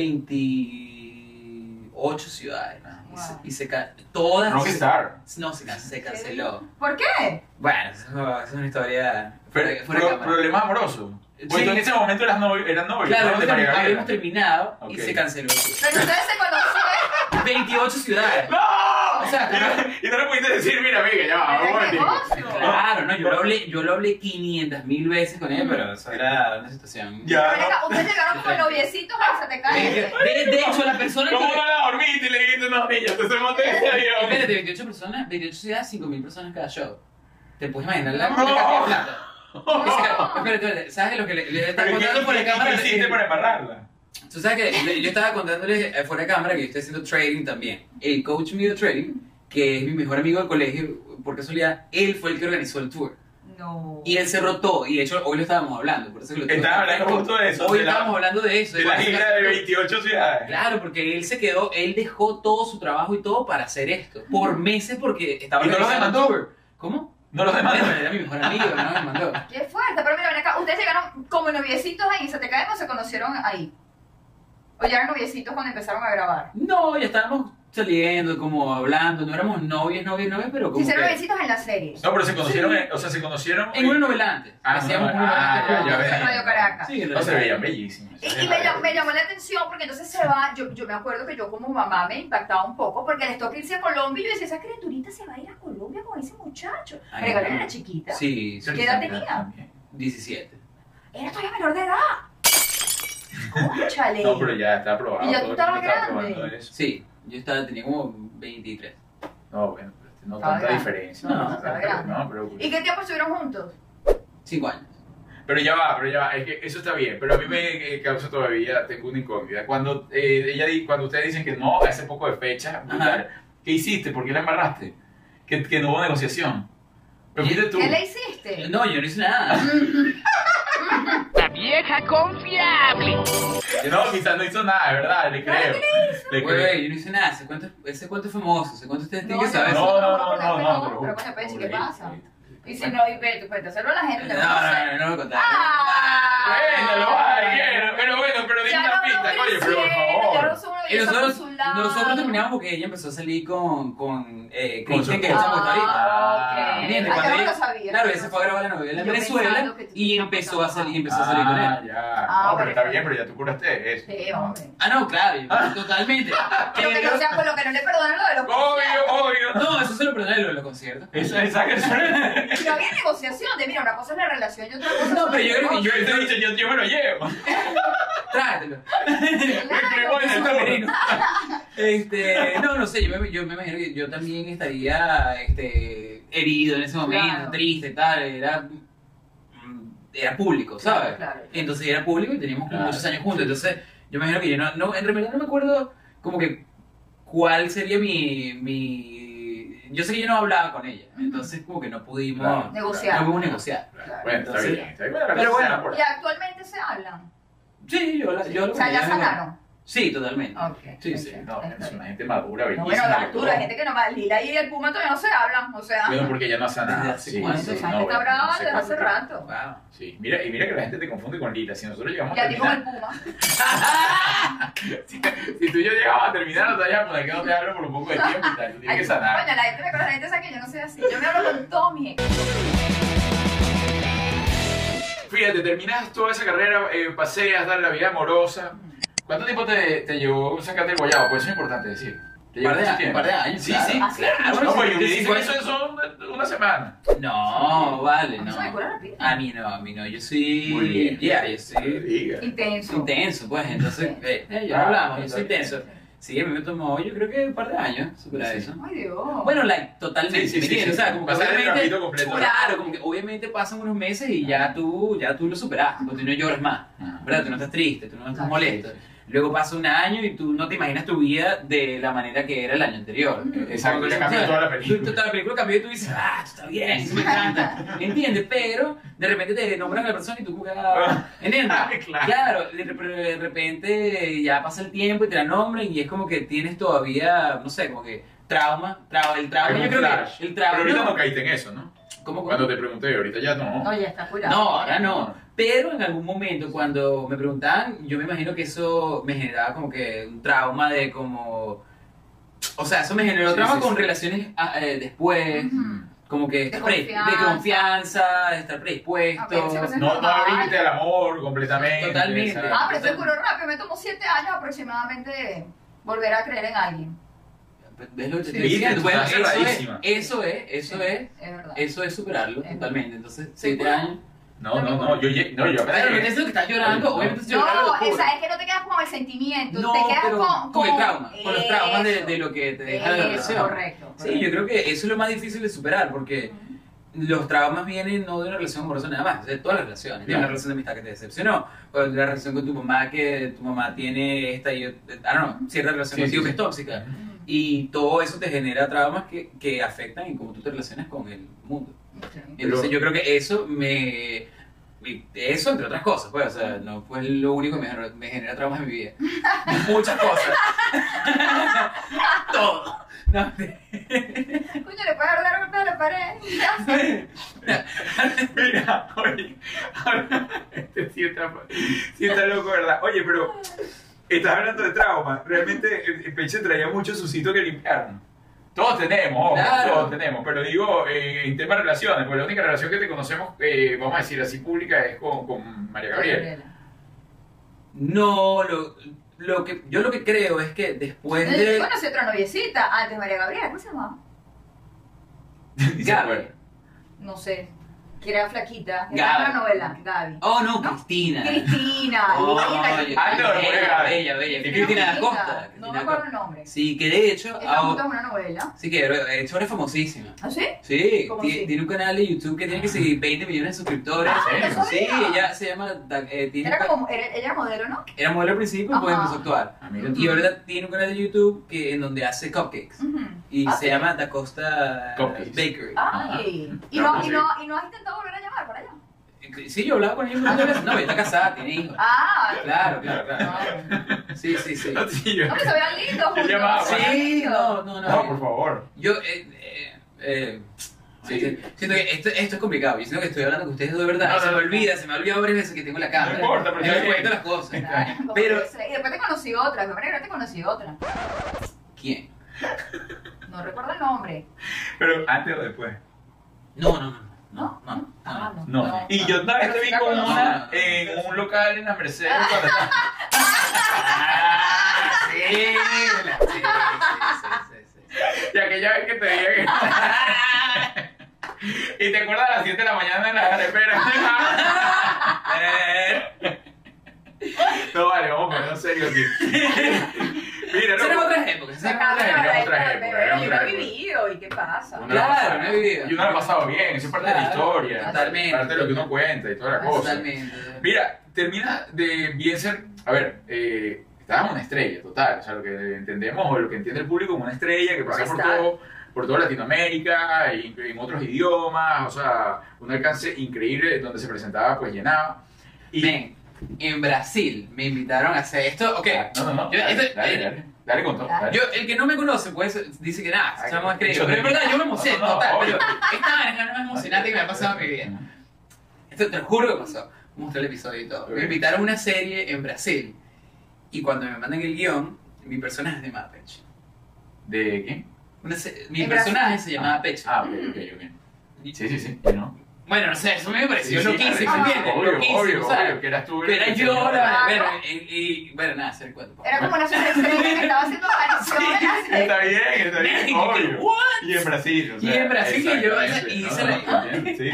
Speaker 3: 28 ciudades. ¿no? Y, se,
Speaker 2: Wow.
Speaker 3: y se ca- todas.
Speaker 1: Rockstar.
Speaker 3: No, se, can- se canceló.
Speaker 2: ¿Por qué?
Speaker 3: Bueno, eso es una historia.
Speaker 1: Pero,
Speaker 3: fuera- fuera de
Speaker 1: pro-
Speaker 3: cámara.
Speaker 1: problemas amorosos. Pues
Speaker 3: Sí.
Speaker 1: en ese momento eras novio, eran novios,
Speaker 3: Claro, Ah,
Speaker 1: ¿no? De María Gabriela.
Speaker 3: habíamos terminado y
Speaker 1: Ok.
Speaker 3: se canceló.
Speaker 2: Pero ustedes se conocieron.
Speaker 3: 28 ciudades.
Speaker 1: ¡No!
Speaker 3: O
Speaker 1: y,
Speaker 3: sea,
Speaker 1: no, y no le pudiste decir, mira, amiga, ya va, un
Speaker 2: Pero es
Speaker 1: momentico.
Speaker 2: negocio.
Speaker 3: Claro, no, yo lo hablé, yo lo hablé 500 mil veces con él, pero eso era una situación.
Speaker 1: Ya.
Speaker 2: Pero acá, Ustedes llegaron con noviecitos a se te
Speaker 3: De,
Speaker 2: cae.
Speaker 3: de- de hecho, la persona
Speaker 1: ¿Cómo no
Speaker 3: que.
Speaker 1: la dormiste y le dijiste, no, niña, te se monté en este avión?
Speaker 3: Espérate, 28 personas, 28 ciudades, 5 mil personas cada show. ¿Te puedes imaginar la
Speaker 1: No.
Speaker 3: cantidad de plata? Esa-
Speaker 2: No.
Speaker 3: Espérate, espérate, ¿sabes lo que le, le estaba
Speaker 1: Pero ¿qué
Speaker 3: contando por la cámara?
Speaker 1: ¿qué hiciste para embarrarla?
Speaker 3: Tú sabes que le- yo estaba contándoles eh, fuera de cámara que yo estoy haciendo trading también. El coach mío de trading, que es mi mejor amigo del colegio, por casualidad, él fue el que organizó el tour.
Speaker 2: No.
Speaker 3: Y él se rotó, y de hecho hoy lo estábamos hablando, por eso que lo tuve
Speaker 1: Estabas
Speaker 3: que
Speaker 1: hablando
Speaker 3: contar.
Speaker 1: justo de eso,
Speaker 3: Hoy
Speaker 1: de la-
Speaker 3: estábamos hablando de eso.
Speaker 1: De la
Speaker 3: cuando se
Speaker 1: gira de
Speaker 3: casó.
Speaker 1: 28 ciudades.
Speaker 3: Claro, porque él se quedó, él dejó todo su trabajo y todo para hacer esto, por meses porque estaba
Speaker 1: ¿Y no lo
Speaker 3: organizando
Speaker 1: demandó?
Speaker 3: el tour. ¿Cómo?
Speaker 1: No los demandó.
Speaker 3: Bueno, Era mi mejor amigo, no me mandó.
Speaker 2: Qué fuerte, pero mira, ven acá, ustedes llegaron como noviecitos ahí, ¿se te caen o se conocieron ahí? ¿O ya eran noviecitos cuando empezaron a grabar?
Speaker 3: No, ya estábamos saliendo, como hablando, no éramos novios, novios, novios, pero como
Speaker 2: Si eran
Speaker 3: que-
Speaker 2: noviecitos en la serie.
Speaker 1: No, pero se conocieron, en- o sea, se conocieron.
Speaker 3: En una novela antes.
Speaker 1: Ah,
Speaker 3: Hacíamos
Speaker 1: no,
Speaker 3: una novela
Speaker 1: ah,
Speaker 3: antes.
Speaker 1: ya, ya ves.
Speaker 2: Radio Caracas.
Speaker 3: Sí, en
Speaker 1: No se
Speaker 3: realidad.
Speaker 1: veían bellísimos.
Speaker 2: Y, y me, llam- me llamó la atención porque entonces se va, yo, yo me acuerdo que yo como mamá me impactaba un poco porque les toca irse a Colombia y yo decía, esa criaturita se va a ir a Colombia con ese muchacho.
Speaker 3: Ay,
Speaker 2: Pero Gabriela
Speaker 3: no.
Speaker 2: era chiquita,
Speaker 3: Sí, sí,
Speaker 2: ¿Qué edad tenía?
Speaker 3: 17.
Speaker 2: era todavía menor de edad. Cónchale.
Speaker 1: No, pero ya está aprobado.
Speaker 2: Y ya
Speaker 1: todo
Speaker 2: tú
Speaker 1: el
Speaker 2: estabas
Speaker 1: mundo está
Speaker 2: grande.
Speaker 1: aprobando eso.
Speaker 3: Sí, yo estaba, tenía como 23.
Speaker 1: No, bueno, pero este, no
Speaker 2: Estaba
Speaker 1: tanta
Speaker 2: grande.
Speaker 1: diferencia.
Speaker 3: No,
Speaker 1: No,
Speaker 2: estaba
Speaker 1: tanta-
Speaker 2: grande.
Speaker 1: no, pero.
Speaker 2: ¿Y qué tiempo estuvieron juntos?
Speaker 3: 5 años.
Speaker 1: Pero ya va, pero ya va, es que eso está bien, pero a mí me eh, causa todavía, tengo una incógnita. Cuando, eh, ella, di- cuando ustedes dicen que no, hace poco de fecha, brutal, ¿qué hiciste? ¿Por qué la embarraste? Que, que no hubo negociación. Pero fuiste tú.
Speaker 2: ¿Qué le hiciste?
Speaker 3: No, yo no hice nada.
Speaker 5: La vieja confiable.
Speaker 1: No, quizás no hizo nada, es verdad, le
Speaker 2: Claro
Speaker 1: creo. Le creo.
Speaker 3: Güey, yo no hice nada. Ese cuento, ese cuento es famoso. Ese cuento ustedes
Speaker 2: No,
Speaker 3: tienen que
Speaker 2: yo
Speaker 3: saber.
Speaker 1: No, no, no,
Speaker 2: porque
Speaker 1: no,
Speaker 2: después
Speaker 1: no,
Speaker 2: no,
Speaker 1: pero.
Speaker 2: pero coño, pues, ¿y qué
Speaker 1: Oye,
Speaker 2: pasa?
Speaker 1: oye.
Speaker 2: Y si no, y ve, cuéntaselo a la gente.
Speaker 3: No,
Speaker 2: te vas a hacer.
Speaker 3: no, no, no lo contaron.
Speaker 2: Ah.
Speaker 1: Bueno, lo hay, bueno, pero bueno, pero di
Speaker 2: Ya
Speaker 1: una
Speaker 2: no
Speaker 1: pista,
Speaker 2: lo
Speaker 1: coño, pero por
Speaker 2: hicieron, ya
Speaker 1: favor.
Speaker 2: no son-
Speaker 3: Y
Speaker 2: ya son
Speaker 3: nosotros,
Speaker 2: por su lado.
Speaker 3: nosotros terminamos porque ella empezó a salir con, con eh,
Speaker 1: Con su
Speaker 3: Cristian, que es el
Speaker 1: esposo.
Speaker 3: chamo que está ahorita.
Speaker 2: Ah, ok.
Speaker 3: ¿Entiendes?
Speaker 2: Ah,
Speaker 3: Cuando
Speaker 2: yo no
Speaker 3: ella-
Speaker 2: lo sabía.
Speaker 3: Claro, ella se fue a grabar la novela en
Speaker 2: Yo
Speaker 3: Venezuela
Speaker 2: pensando que tú
Speaker 3: y
Speaker 2: estabas
Speaker 3: empezó a salir, empezó a salir con
Speaker 1: Ah,
Speaker 3: él.
Speaker 1: ya.
Speaker 2: Ah,
Speaker 1: no, pero está
Speaker 2: bueno.
Speaker 1: bien, pero ya tú curaste eso.
Speaker 2: Sí, hombre.
Speaker 3: Ah, no, claro, yo- totalmente.
Speaker 2: Lo que no
Speaker 3: Pero-
Speaker 2: sea, pues, lo que no le perdonan lo de los
Speaker 1: Obvio, obvio.
Speaker 3: No, eso se lo perdoné lo de los conciertos.
Speaker 1: Esa, esa que suena.
Speaker 2: Pero había negociación de, mira, una cosa es la relación y otra cosa
Speaker 3: No,
Speaker 2: son
Speaker 3: pero yo
Speaker 2: los
Speaker 3: creo que
Speaker 1: Yo te he dicho, yo, yo me lo
Speaker 3: Ah,
Speaker 1: llevo.
Speaker 3: Tráetelo.
Speaker 2: negocios.
Speaker 1: Me pegó en
Speaker 3: Es
Speaker 1: el
Speaker 3: un
Speaker 1: culo.
Speaker 3: camerino. Este, no, no sé, yo me, yo me imagino que yo también estaría este, herido en ese momento,
Speaker 2: Claro.
Speaker 3: triste, tal, era, mm, era público,
Speaker 2: Claro,
Speaker 3: ¿sabes?
Speaker 2: claro.
Speaker 3: Entonces era público y teníamos como
Speaker 1: Claro.
Speaker 3: muchos años juntos, entonces yo me imagino que yo no, no, en realidad no me acuerdo como que cuál sería mi, mi, yo sé que yo no hablaba con ella, entonces como que no pudimos,
Speaker 1: Claro.
Speaker 3: no
Speaker 2: Negociar.
Speaker 3: pudimos negociar.
Speaker 1: Bueno, está
Speaker 3: Entonces-
Speaker 1: bien, está bien.
Speaker 3: Pero bueno,
Speaker 1: por-
Speaker 2: Y actualmente se hablan.
Speaker 3: Sí, yo, la- yo
Speaker 2: O sea,
Speaker 3: lo-
Speaker 2: ya sanaron.
Speaker 3: Sí, totalmente.
Speaker 2: Ok.
Speaker 1: Sí, sí,
Speaker 2: ok,
Speaker 1: no,
Speaker 2: está
Speaker 1: es
Speaker 2: bien.
Speaker 1: una gente madura,
Speaker 2: No,
Speaker 1: bellísima.
Speaker 2: bueno, la
Speaker 1: y todo.
Speaker 2: altura, hay gente que nomás Lila y el Puma todavía no se hablan, o sea,
Speaker 1: Bueno, porque ya no hace nada.
Speaker 3: Desde hace
Speaker 1: Sí,
Speaker 3: cuánto,
Speaker 1: sí,
Speaker 2: esa gente
Speaker 1: no,
Speaker 2: está
Speaker 1: bueno, no
Speaker 2: brava
Speaker 1: sé
Speaker 2: desde hace
Speaker 1: cuánto.
Speaker 2: rato.
Speaker 3: Wow.
Speaker 1: Sí, mira, y mira que la gente te confunde con Lila. Si nosotros llegamos a
Speaker 2: Ya digo
Speaker 1: terminar.
Speaker 2: el Puma.
Speaker 1: Si tú y yo llegamos a terminar, no te vayas a poner que no te hablo por un poco de tiempo y tal. Tú tienes
Speaker 2: Ay,
Speaker 1: que sanar.
Speaker 2: Coño, la gente me conoce, la gente sabe que yo no soy así. Yo me hablo con Tommy.
Speaker 1: Fíjate, terminas toda esa carrera, eh, paseas, dar la vida amorosa. ¿Cuánto tiempo te, te llevó sacarte el guayabo? Pues eso es importante decir. Te llevó
Speaker 3: Par de
Speaker 1: mucho
Speaker 3: a-
Speaker 1: tiempo.
Speaker 3: par de años,
Speaker 1: Sí,
Speaker 3: claro.
Speaker 1: sí,
Speaker 2: Así
Speaker 1: claro.
Speaker 3: es.
Speaker 1: No, pues yo me
Speaker 3: Sí,
Speaker 1: dicen
Speaker 3: sí,
Speaker 1: que eso son una semana.
Speaker 3: No, vale,
Speaker 2: Eso
Speaker 3: no.
Speaker 2: me cura rápido.
Speaker 1: Ah,
Speaker 3: A mí no, a mí no. Yo soy.
Speaker 1: Muy bien.
Speaker 3: Yeah, yo soy
Speaker 1: Diga.
Speaker 2: Intenso.
Speaker 3: intenso, pues. Entonces, eh, eh, ya
Speaker 1: Ah,
Speaker 3: hablamos, yo soy
Speaker 1: está bien.
Speaker 3: intenso. Sí, a mí me tomó, yo creo que un par de años superar
Speaker 1: Sí.
Speaker 3: eso.
Speaker 2: Ay, Dios.
Speaker 3: Bueno, like,
Speaker 1: Sí,
Speaker 3: totalmente,
Speaker 1: sí,
Speaker 3: ¿me
Speaker 1: sí,
Speaker 3: entiendes?
Speaker 1: sí.
Speaker 3: O sea, como que
Speaker 1: Pasar el
Speaker 3: obviamente-
Speaker 1: trapito completo.
Speaker 3: Claro, como que obviamente pasan unos meses y ya tú, ya tú lo superaste, porque tú no lloras más,
Speaker 1: Ah.
Speaker 3: ¿verdad? Tú no estás triste, tú no estás
Speaker 2: Claro.
Speaker 3: molesto. Luego pasa un año y tú no te imaginas tu vida de la manera que era el año anterior.
Speaker 1: Exacto, ya cambió
Speaker 3: O sea,
Speaker 1: toda la
Speaker 3: Tú,
Speaker 1: película.
Speaker 3: toda la película cambió y tú dices, ah, esto está bien, esto me encanta. ¿Entiendes? Pero de repente te nombran a la persona y tú como que, ah, ¿entiendes?
Speaker 1: Ah, claro.
Speaker 3: de, re- pero de repente ya pasa el tiempo y te la nombran y es como que tienes todavía, no sé, como que trauma, trauma, el trauma.
Speaker 1: Algún
Speaker 3: Yo creo
Speaker 1: flash.
Speaker 3: que el trauma.
Speaker 1: Pero ahorita no caíste en eso, ¿no?
Speaker 3: ¿Cómo, cómo?
Speaker 1: Cuando te pregunté, ahorita ya no.
Speaker 2: No, ya está curado.
Speaker 3: No, ahora no. Pero en algún momento cuando me preguntaban, yo me imagino que eso me generaba como que un trauma de como... O sea, eso me generó
Speaker 1: Sí,
Speaker 3: trauma
Speaker 1: sí,
Speaker 3: con
Speaker 1: sí.
Speaker 3: relaciones ah, eh, después,
Speaker 2: Ujú.
Speaker 3: como que estar pre- de,
Speaker 2: confianza.
Speaker 3: confianza, de estar predispuesto.
Speaker 2: Ok, sí, pues,
Speaker 1: No, no abriste al amor completamente.
Speaker 3: Totalmente.
Speaker 1: ¿sabes?
Speaker 2: Ah, pero se curó rápido. Me tomó siete años aproximadamente volver a creer en alguien.
Speaker 3: ¿Ves lo que te estoy
Speaker 1: Sí,
Speaker 3: diciendo?
Speaker 1: tú
Speaker 3: Bueno,
Speaker 1: estás
Speaker 3: eso es,
Speaker 1: cerradísima.
Speaker 3: eso es, eso es,
Speaker 2: Es verdad.
Speaker 3: eso es superarlo
Speaker 2: Ujú.
Speaker 3: totalmente. Entonces,
Speaker 2: Sí,
Speaker 3: siete
Speaker 2: claro.
Speaker 3: años.
Speaker 1: No, no, no. Yo, lle- no, yo apenas
Speaker 3: Claro,
Speaker 1: llegué.
Speaker 3: eso que estás llorando,
Speaker 1: Oye,
Speaker 3: obviamente estoy llorando.
Speaker 2: No,
Speaker 3: locura.
Speaker 2: esa es que no te quedas con el sentimiento,
Speaker 3: No,
Speaker 2: te quedas
Speaker 3: pero
Speaker 2: con,
Speaker 3: con el trauma, con los traumas de,
Speaker 2: Eso.
Speaker 3: de lo que te deja la
Speaker 2: Eso,
Speaker 3: relación.
Speaker 2: Correcto.
Speaker 3: Sí, yo creo que eso es lo más difícil de superar, porque los traumas vienen no de una relación amorosa nada más, de todas las relaciones. De una
Speaker 1: Claro.
Speaker 3: relación de amistad que te decepcionó, o de una relación con tu mamá que tu mamá tiene esta y ah, no, cierta relación
Speaker 1: Sí,
Speaker 3: contigo
Speaker 1: sí,
Speaker 3: que
Speaker 1: sí.
Speaker 3: es tóxica. Y todo eso te genera traumas que, que afectan en cómo tú te relacionas con el mundo.
Speaker 2: creo.
Speaker 3: Entonces
Speaker 1: Pero-
Speaker 3: yo creo que eso me... me- Eso entre otras cosas, pues, o sea, no fue lo único que me, generó- me genera traumas en mi vida. Muchas cosas. Todo. No,
Speaker 2: Coño, le puedes dar un golpe a la pared. Ya sé.
Speaker 1: Mira, oye, ahora, este sí está, sí está loco, ¿verdad? Oye, pero estás hablando de trauma. Realmente eh, Peche traía mucho su sitio que limpiar. ¿no? Todos tenemos, ojo,
Speaker 3: Claro.
Speaker 1: todos tenemos, pero digo, eh, en tema de relaciones, pues la única relación que te conocemos, eh, vamos a decir así, pública, es con, con María Gabriela.
Speaker 3: No, lo, lo que, yo lo que creo es que después
Speaker 2: Yo
Speaker 3: de...
Speaker 2: conocí otra noviecita antes de María Gabriela, ¿cómo se llamaba?
Speaker 1: Dice,
Speaker 3: Gaby.
Speaker 1: bueno,
Speaker 2: No sé. que era flaquita, que
Speaker 3: Gaby.
Speaker 2: era una novela, Gaby.
Speaker 3: Oh, no,
Speaker 2: ¿No?
Speaker 3: Cristina.
Speaker 2: Cristina,
Speaker 3: Oh,
Speaker 2: Cristina,
Speaker 3: oye,
Speaker 1: Ah, no,
Speaker 3: bella,
Speaker 1: bueno.
Speaker 3: bella, bella.
Speaker 1: Cristina
Speaker 3: Cristina da
Speaker 2: Cristina,
Speaker 3: Costa.
Speaker 2: No
Speaker 3: Cristina
Speaker 2: me
Speaker 3: da
Speaker 2: acuerdo
Speaker 3: Costa.
Speaker 2: el nombre.
Speaker 3: Sí, que de hecho,
Speaker 2: Esta
Speaker 3: ah,
Speaker 2: junta es una novela.
Speaker 3: sí que de hecho ahora es famosísima.
Speaker 2: ¿Ah, sí?
Speaker 3: Sí,
Speaker 2: ¿Cómo
Speaker 3: ti-
Speaker 2: así?
Speaker 3: tiene un canal de YouTube que tiene que seguir 20 millones de suscriptores. ¿eh?
Speaker 2: Ah,
Speaker 1: ¿en
Speaker 2: serio?
Speaker 3: sí, ella se llama. Da- eh, tiene un
Speaker 2: Era
Speaker 3: ca-
Speaker 2: como, era, ella era modelo, ¿no?
Speaker 3: era modelo al principio y pues
Speaker 2: Ajá.
Speaker 3: empezó a actuar.
Speaker 1: Ah, mira tú.
Speaker 3: Y ahorita tiene un canal de YouTube que, en donde hace cupcakes.
Speaker 2: Ujú.
Speaker 3: Y
Speaker 2: Ah,
Speaker 3: se llama Da Costa
Speaker 1: Cupcakes.
Speaker 3: Bakery.
Speaker 2: Ay, y
Speaker 1: Claro
Speaker 2: no,
Speaker 1: que
Speaker 2: y,
Speaker 1: sí.
Speaker 2: no, y no has intentado volver a llamar para allá.
Speaker 3: Sí, yo hablaba con ella. muchas veces. No, ella está casada, tiene hijos.
Speaker 2: Ah,
Speaker 3: Claro, claro, claro.
Speaker 2: no.
Speaker 3: Sí, sí, sí.
Speaker 1: Sí, yo-
Speaker 2: No, que se vean lindos.
Speaker 1: Yo
Speaker 2: juntos,
Speaker 1: llamaba.
Speaker 2: se vean
Speaker 3: Sí,
Speaker 2: lindos.
Speaker 3: no, no, no.
Speaker 1: No, por favor.
Speaker 3: Yo, eh, eh, eh,
Speaker 1: Sí.
Speaker 3: sí, siento que esto, esto es complicado. Yo siento que estoy hablando con ustedes dos de verdad.
Speaker 1: No, no,
Speaker 3: se me
Speaker 1: no.
Speaker 3: olvida, se me olvida varias veces que tengo la cámara.
Speaker 1: importa, pero
Speaker 3: Yo
Speaker 1: está
Speaker 3: me
Speaker 1: bien.
Speaker 3: cuento las cosas.
Speaker 2: Claro, como
Speaker 3: Pero-
Speaker 2: que se- Y después te conocí otra, me parece que te conocí otra.
Speaker 3: ¿Quién?
Speaker 2: No recuerdo el nombre.
Speaker 1: Pero antes o después.
Speaker 3: No, no, no.
Speaker 2: ¿No?
Speaker 3: No, no.
Speaker 2: Ah, no.
Speaker 1: No. y yo una vez te vi
Speaker 2: Pero sí
Speaker 1: con
Speaker 2: la
Speaker 1: una
Speaker 3: conocí.
Speaker 1: en un local en la Mercedes. cuando estaba-
Speaker 3: Ah, sí, la- sí, sí, sí, sí, sí.
Speaker 1: Y aquella vez que te dije que. Y te acuerdas a las 7 de la mañana en la jarepera.
Speaker 3: Eh,
Speaker 1: No vale, vamos a poner en serio aquí. Mira,
Speaker 3: Esas eran
Speaker 1: no.
Speaker 3: otras épocas. esas eran
Speaker 2: Sacaba
Speaker 3: otras
Speaker 2: la
Speaker 3: épocas.
Speaker 1: era otra
Speaker 2: verdad,
Speaker 1: época,
Speaker 2: pero
Speaker 1: era
Speaker 2: yo
Speaker 1: otra
Speaker 2: no he
Speaker 1: época.
Speaker 2: vivido, ¿y qué pasa?
Speaker 1: Uno la
Speaker 3: Claro,
Speaker 1: pasa-
Speaker 3: mi vida.
Speaker 1: Y uno la ha pasado bien, eso es parte de la
Speaker 3: Claro,
Speaker 1: historia.
Speaker 3: totalmente.
Speaker 1: Parte de lo que uno cuenta y toda la cosa.
Speaker 3: Totalmente.
Speaker 1: Mira, termina de bien ser. A ver, eh, estabas una estrella, total. O sea, lo que entendemos o lo que entiende el público como una estrella que pasa por
Speaker 2: Rockstar.
Speaker 1: todo, por toda Latinoamérica, y en otros idiomas, o sea, un alcance increíble donde se presentaba, pues llenaba. Y,
Speaker 3: Ven, en Brasil me invitaron a hacer esto. Ok,
Speaker 1: Ah, No, no, no.
Speaker 3: Yo-
Speaker 1: dale,
Speaker 3: esto-
Speaker 1: dale,
Speaker 3: eh,
Speaker 1: dale, dale con todo.
Speaker 2: Dale.
Speaker 1: dale.
Speaker 3: Yo, el que no me conoce, pues dice que nada, se
Speaker 1: Ay,
Speaker 3: llama más
Speaker 1: qué
Speaker 3: creíble. Pero es
Speaker 1: chulo.
Speaker 3: verdad, yo me emocioné,
Speaker 1: No, no,
Speaker 3: total.
Speaker 1: obvio.
Speaker 3: Pero esta vaina es la más emocionante que me ha pasado en mi vida. Esto te lo juro que pasó. Mostré el episodio y todo.
Speaker 1: Ok.
Speaker 3: Me invitaron a una serie en Brasil. Y cuando me mandan el guión, mi personaje es de Mapeche.
Speaker 1: ¿De qué?
Speaker 3: Una se- mi
Speaker 2: ¿En
Speaker 3: personaje
Speaker 2: Brasil?
Speaker 3: se llamaba
Speaker 1: Ah,
Speaker 3: Peche.
Speaker 1: Ah, ok, ok, ok. Sí, sí, sí. ¿No?
Speaker 3: Bueno, no sé, eso me pareció
Speaker 1: Sí, sí,
Speaker 3: loquísimo,
Speaker 1: ah,
Speaker 3: ¿entiendes?
Speaker 1: Obvio,
Speaker 3: Loquísimo,
Speaker 1: obvio,
Speaker 3: ¿sabes?
Speaker 1: obvio, que eras tú.
Speaker 3: Pero era
Speaker 1: el que
Speaker 3: yo,
Speaker 1: tenía-
Speaker 3: la
Speaker 2: Claro.
Speaker 3: bueno, y, y- bueno, nada, hacer cuento. pues.
Speaker 2: Era como una superestrella que estaba haciendo apariciones.
Speaker 1: Está bien, está bien,
Speaker 3: México,
Speaker 1: obvio.
Speaker 3: ¿what?
Speaker 1: Y en Brasil, o
Speaker 3: Y
Speaker 1: sea,
Speaker 3: en Brasil que yo-
Speaker 1: exactamente,
Speaker 3: y
Speaker 1: ¿no?
Speaker 3: se la-
Speaker 1: Sí, sí.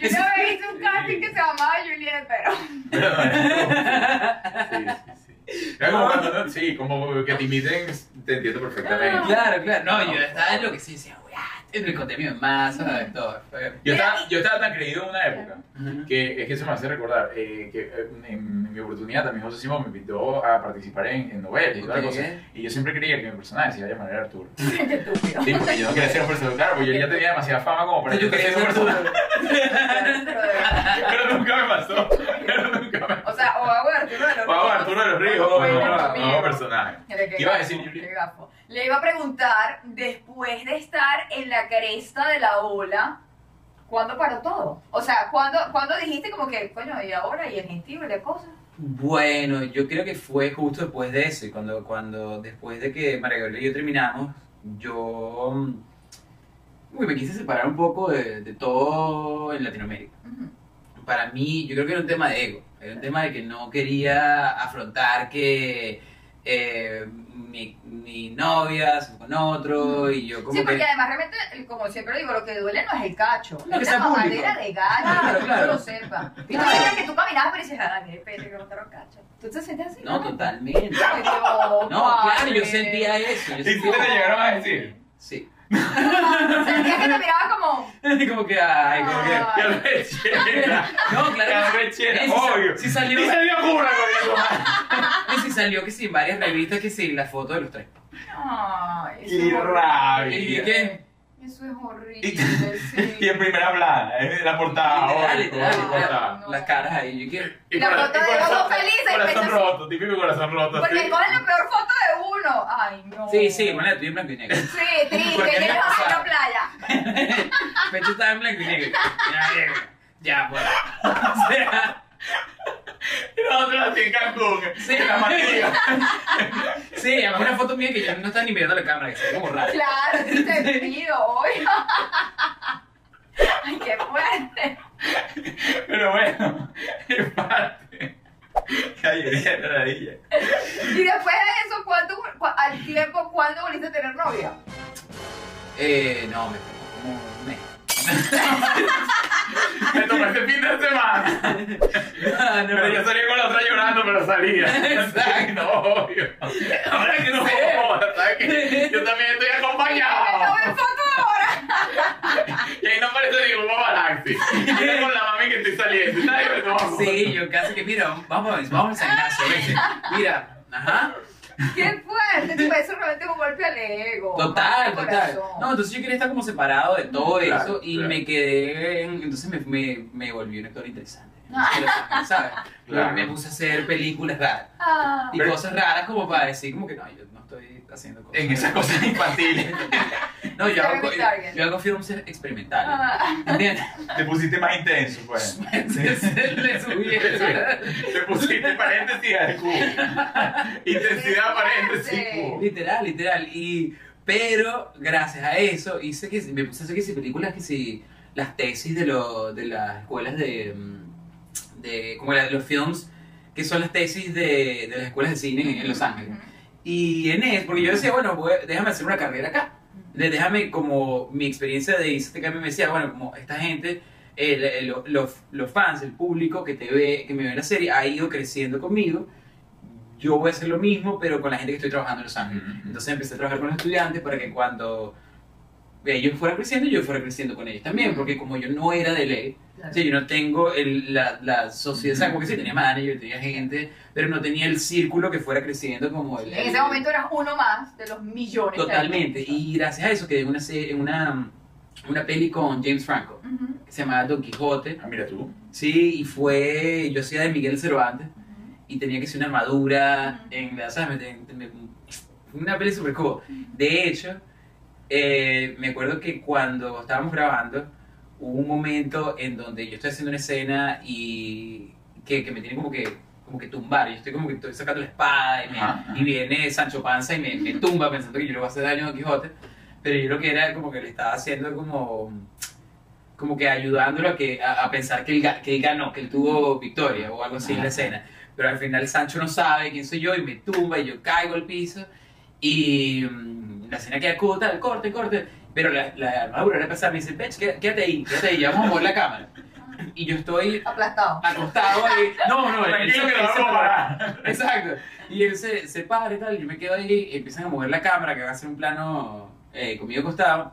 Speaker 2: Yo una vez hice un casting que se llamaba Juliet, pero.
Speaker 1: Sí, sí, sí. Era como cuando- sí, como que te imiten, te entiendo perfectamente.
Speaker 3: Claro, claro. No, yo
Speaker 1: Ah.
Speaker 3: estaba en lo que sí decía, weá, en el contenido en
Speaker 2: Mm.
Speaker 3: masa, de todo. fue-
Speaker 1: Yo estaba, yo estaba tan creído en una época
Speaker 3: Ajá.
Speaker 1: que es que se me hace recordar eh, que eh, en, en mi oportunidad también José Simón me invitó a participar en, en novelas y toda la
Speaker 3: Ok.
Speaker 1: cosa. Y yo siempre creía que mi personaje se iba a llamar Arturo.
Speaker 2: Qué estúpido.
Speaker 1: Sí, porque yo no quería ser un personaje, claro, porque yo ya tenía demasiada fama como para
Speaker 3: Yo quería
Speaker 1: ser un
Speaker 3: ser
Speaker 1: personaje.
Speaker 2: Pero de verdad.
Speaker 1: Pero nunca me pasó. Pero nunca me
Speaker 2: O sea, o hago Arturo de los
Speaker 1: Vamos a Arturo de los Ríos,
Speaker 2: o
Speaker 1: no,
Speaker 2: Julieta
Speaker 1: no, no,
Speaker 2: Ramiro.
Speaker 1: no, personaje.
Speaker 2: Mira, qué
Speaker 1: ¿Qué ibas a
Speaker 2: gafo,
Speaker 1: decir, Juliet?
Speaker 2: qué gafo. Le iba a preguntar, después de estar en la cresta de la ola, ¿cuándo paró todo? O sea, ¿cuándo, ¿cuándo dijiste como que, coño, y ahora, y el gentío, y la cosa?
Speaker 3: Bueno, yo creo que fue justo después de eso, y cuando, cuando después de que María Gabriela y yo terminamos, yo mm, uy, me quise separar un poco de, de todo en Latinoamérica.
Speaker 2: Ujú.
Speaker 3: Para mí, yo creo que era un tema de ego, era un tema de que no quería afrontar que eh, mi, mi novia se fue con otro, y yo como
Speaker 2: Sí, porque
Speaker 3: que...
Speaker 2: además realmente, eh, como siempre digo, lo que duele no es el cacho,
Speaker 3: Lo que
Speaker 2: es
Speaker 3: sea
Speaker 2: la mamadera
Speaker 3: público.
Speaker 2: de gallo,
Speaker 3: Claro,
Speaker 2: que
Speaker 3: claro.
Speaker 2: tú lo sepas. Y tú
Speaker 3: Claro.
Speaker 2: dices que tú caminabas pero dices, ah, qué pena que botaron cacho. ¿Tú te sientes así?
Speaker 3: No, totalmente.
Speaker 2: Ay, no,
Speaker 3: No, claro, yo
Speaker 2: padre.
Speaker 3: sentía eso. Yo
Speaker 1: ¿Y si te lo
Speaker 3: sentía...
Speaker 1: llegaron a decir?
Speaker 3: Sí.
Speaker 2: Sentías que te miraba como...
Speaker 3: como que, ay, como que...
Speaker 1: ¡Qué
Speaker 2: "Ay".
Speaker 1: arrechera!
Speaker 3: No,
Speaker 1: ¡Qué
Speaker 3: claro.
Speaker 1: arrechera!
Speaker 3: Eh, sí sa-
Speaker 1: ¡Obvio!
Speaker 3: sí salió.
Speaker 1: ¡Y salió pura con eso!
Speaker 3: Y si salió que sí, en varias revistas que sí, la foto de los tres.
Speaker 2: Ay, eso es
Speaker 1: ¡Qué
Speaker 2: horrible.
Speaker 3: ¿Y
Speaker 1: rabia!
Speaker 3: qué?
Speaker 2: Eso es horrible, sí.
Speaker 1: Y en primera hablada, en la portada,
Speaker 3: Literal,
Speaker 1: obvio,
Speaker 3: literal,
Speaker 1: obvio,
Speaker 2: literal.
Speaker 1: portada.
Speaker 3: Las caras ahí, yo quiero.
Speaker 1: Y
Speaker 2: La
Speaker 1: cora-
Speaker 2: portada
Speaker 1: y
Speaker 2: de los
Speaker 1: corazón-
Speaker 2: dos felices,
Speaker 1: Corazón
Speaker 2: pecho así.
Speaker 1: roto, típico corazón roto.
Speaker 2: Porque
Speaker 1: sí.
Speaker 2: cogen la peor foto de uno. Ay, no.
Speaker 3: Sí, sí, bueno, estoy en blanco y negro.
Speaker 2: Sí, triste,
Speaker 3: Porque
Speaker 2: que
Speaker 3: me
Speaker 2: ellos
Speaker 3: ha
Speaker 2: van a
Speaker 3: pasado.
Speaker 2: la playa.
Speaker 3: Pecho estaba en blanco y negro. Ya, negro. Ya, pues. O sea,
Speaker 1: Y la otra así en Cancún,
Speaker 3: Sí.
Speaker 1: en la matilla.
Speaker 3: sí, además una foto mía que yo no estaba ni mirando la cámara, que se ve como raro.
Speaker 2: Claro, sí, te pido, obvio. Ay, qué fuerte.
Speaker 1: Pero bueno, es parte. Ya lloré de maravilla.
Speaker 2: Y después de eso, ¿cuánto, cu- al tiempo, cuándo volviste a tener novia?
Speaker 3: Eh, no, me como un mes.
Speaker 1: Me tomé este fin de semana.
Speaker 3: No, no.
Speaker 1: Pero yo salía con la otra llorando, pero salía.
Speaker 3: Exacto.
Speaker 1: No, obvio. Ahora que no
Speaker 3: sé.
Speaker 1: jodas, ¿sabes qué? Yo también estoy acompañado.
Speaker 2: ¡Tome foto ahora!
Speaker 1: Y ahí no aparece ningún paparazzi. Era con la mami que estoy saliendo. Nadie me toma foto.
Speaker 3: Sí, yo casi que, mira, vamos, a- vamos a San Ignacio, vete. Mira, ajá.
Speaker 2: ¡Qué fuerte! Tú, Eso realmente es un golpe al ego.
Speaker 3: Total,
Speaker 2: al
Speaker 3: total.
Speaker 2: corazón.
Speaker 3: No, entonces yo quería estar como separado de todo
Speaker 1: Claro,
Speaker 3: eso y
Speaker 1: claro.
Speaker 3: me quedé en- Entonces me, me, me volví un actor interesante. ¿Sabes?
Speaker 1: Claro.
Speaker 3: Me puse a hacer películas raras.
Speaker 2: Ah.
Speaker 3: Y
Speaker 1: Pero-
Speaker 3: cosas raras como para decir como que no, yo no estoy haciendo cosas.
Speaker 1: En esas cosas infantiles.
Speaker 3: No, yo hago,
Speaker 2: Target, target.
Speaker 3: yo hago films experimentales.
Speaker 2: Ah.
Speaker 3: ¿Entiendes?
Speaker 1: Te pusiste más intenso, pues.
Speaker 3: Entonces, le subí el-
Speaker 1: Te pusiste paréntesis al cubo. Intensidad paréntesis cubo.
Speaker 3: Literal, literal. Y, pero gracias a eso hice que si- me puse a hacer que si películas que si las tesis de, lo- de las escuelas de, mm, de como la- los films que son las tesis de, de las escuelas de cine en, en Los Ángeles. Y en eso, porque yo decía, bueno, voy- déjame hacer una carrera acá. De- Déjame como mi experiencia de ICTK me decía, bueno, como esta gente, el- el- lo- los, los fans, el público que te ve, que me ve en la serie, ha ido creciendo conmigo. Yo voy a hacer lo mismo, pero con la gente que estoy trabajando en Los Ángeles.
Speaker 1: Ujú.
Speaker 3: Entonces empecé a trabajar con los estudiantes para que cuando ellos fueran creciendo, yo fuera creciendo con ellos también, porque como yo no era de ley,
Speaker 2: Claro.
Speaker 3: Sí, yo no tengo el- la, la sociedad, o sea, como que sí tenía manager, tenía gente, pero no tenía el círculo que fuera creciendo como el...
Speaker 2: En
Speaker 3: el-
Speaker 2: ese momento eras uno más de los millones. que hay.
Speaker 3: Totalmente, y gracias a eso quedé en una, se- en una, una peli con James Franco,
Speaker 2: Ujú.
Speaker 3: que se llamaba Don Quijote,
Speaker 1: Ah, mira tú.
Speaker 3: sí, y fue, yo hacía de Miguel Cervantes, y tenía que ser una armadura,
Speaker 2: Ujú.
Speaker 3: en, la- ¿sabes? Me- me- me- una peli super cool. De hecho, eh, me acuerdo que cuando estábamos grabando, hubo un momento en donde yo estoy haciendo una escena y que, que me tiene como que, como que tumbar. Yo estoy como que estoy sacando la espada y, me-
Speaker 1: Ajá, ajá.
Speaker 3: y viene Sancho Panza y me, me tumba pensando que yo le voy a hacer daño a Don Quijote. Pero yo lo que era como que le estaba haciendo como como que ayudándolo a, que, a, a pensar que él, ga- que él ganó, que él tuvo victoria o algo así en la
Speaker 1: Ajá.
Speaker 3: escena. Pero al final Sancho no sabe quién soy yo y me tumba y yo caigo al piso y mm, la escena queda corta, el corte, el corte. Pero la, la armadura era pesada, me dice, Pech, qué- quédate ahí, quédate ahí, ya vamos a mover la cámara. Y yo estoy
Speaker 2: Aplastado.
Speaker 3: acostado y... No, no, él
Speaker 1: Tranquilo
Speaker 3: se-
Speaker 1: que
Speaker 3: él
Speaker 1: lo
Speaker 3: se
Speaker 1: vamos a
Speaker 3: para.
Speaker 1: parar.
Speaker 3: Exacto. Y él se, se para y tal, yo me quedo ahí, y empiezan a mover la cámara, que va a hacer un plano eh, conmigo acostado.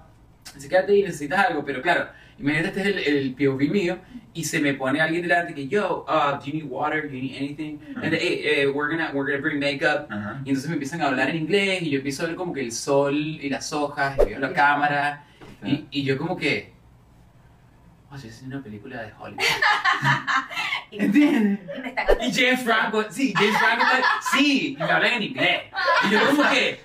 Speaker 3: Dice, quédate ahí, necesitas algo, pero claro, imagínate, este es el, el POV mío, y se me pone alguien delante que, yo, uh, do you need water, do you need anything? And, hey, eh, we're gonna, we're gonna bring makeup.
Speaker 1: Ajá.
Speaker 3: Y entonces me empiezan a hablar en inglés y yo empiezo a ver como que el sol y las hojas, y veo la cámara. Y, y yo como que... Oye, es una película de Hollywood. ¿Entiendes?
Speaker 2: Y me están
Speaker 3: Y James Franco, sí, James Franco, está- sí, y me hablan en inglés. Y yo como que...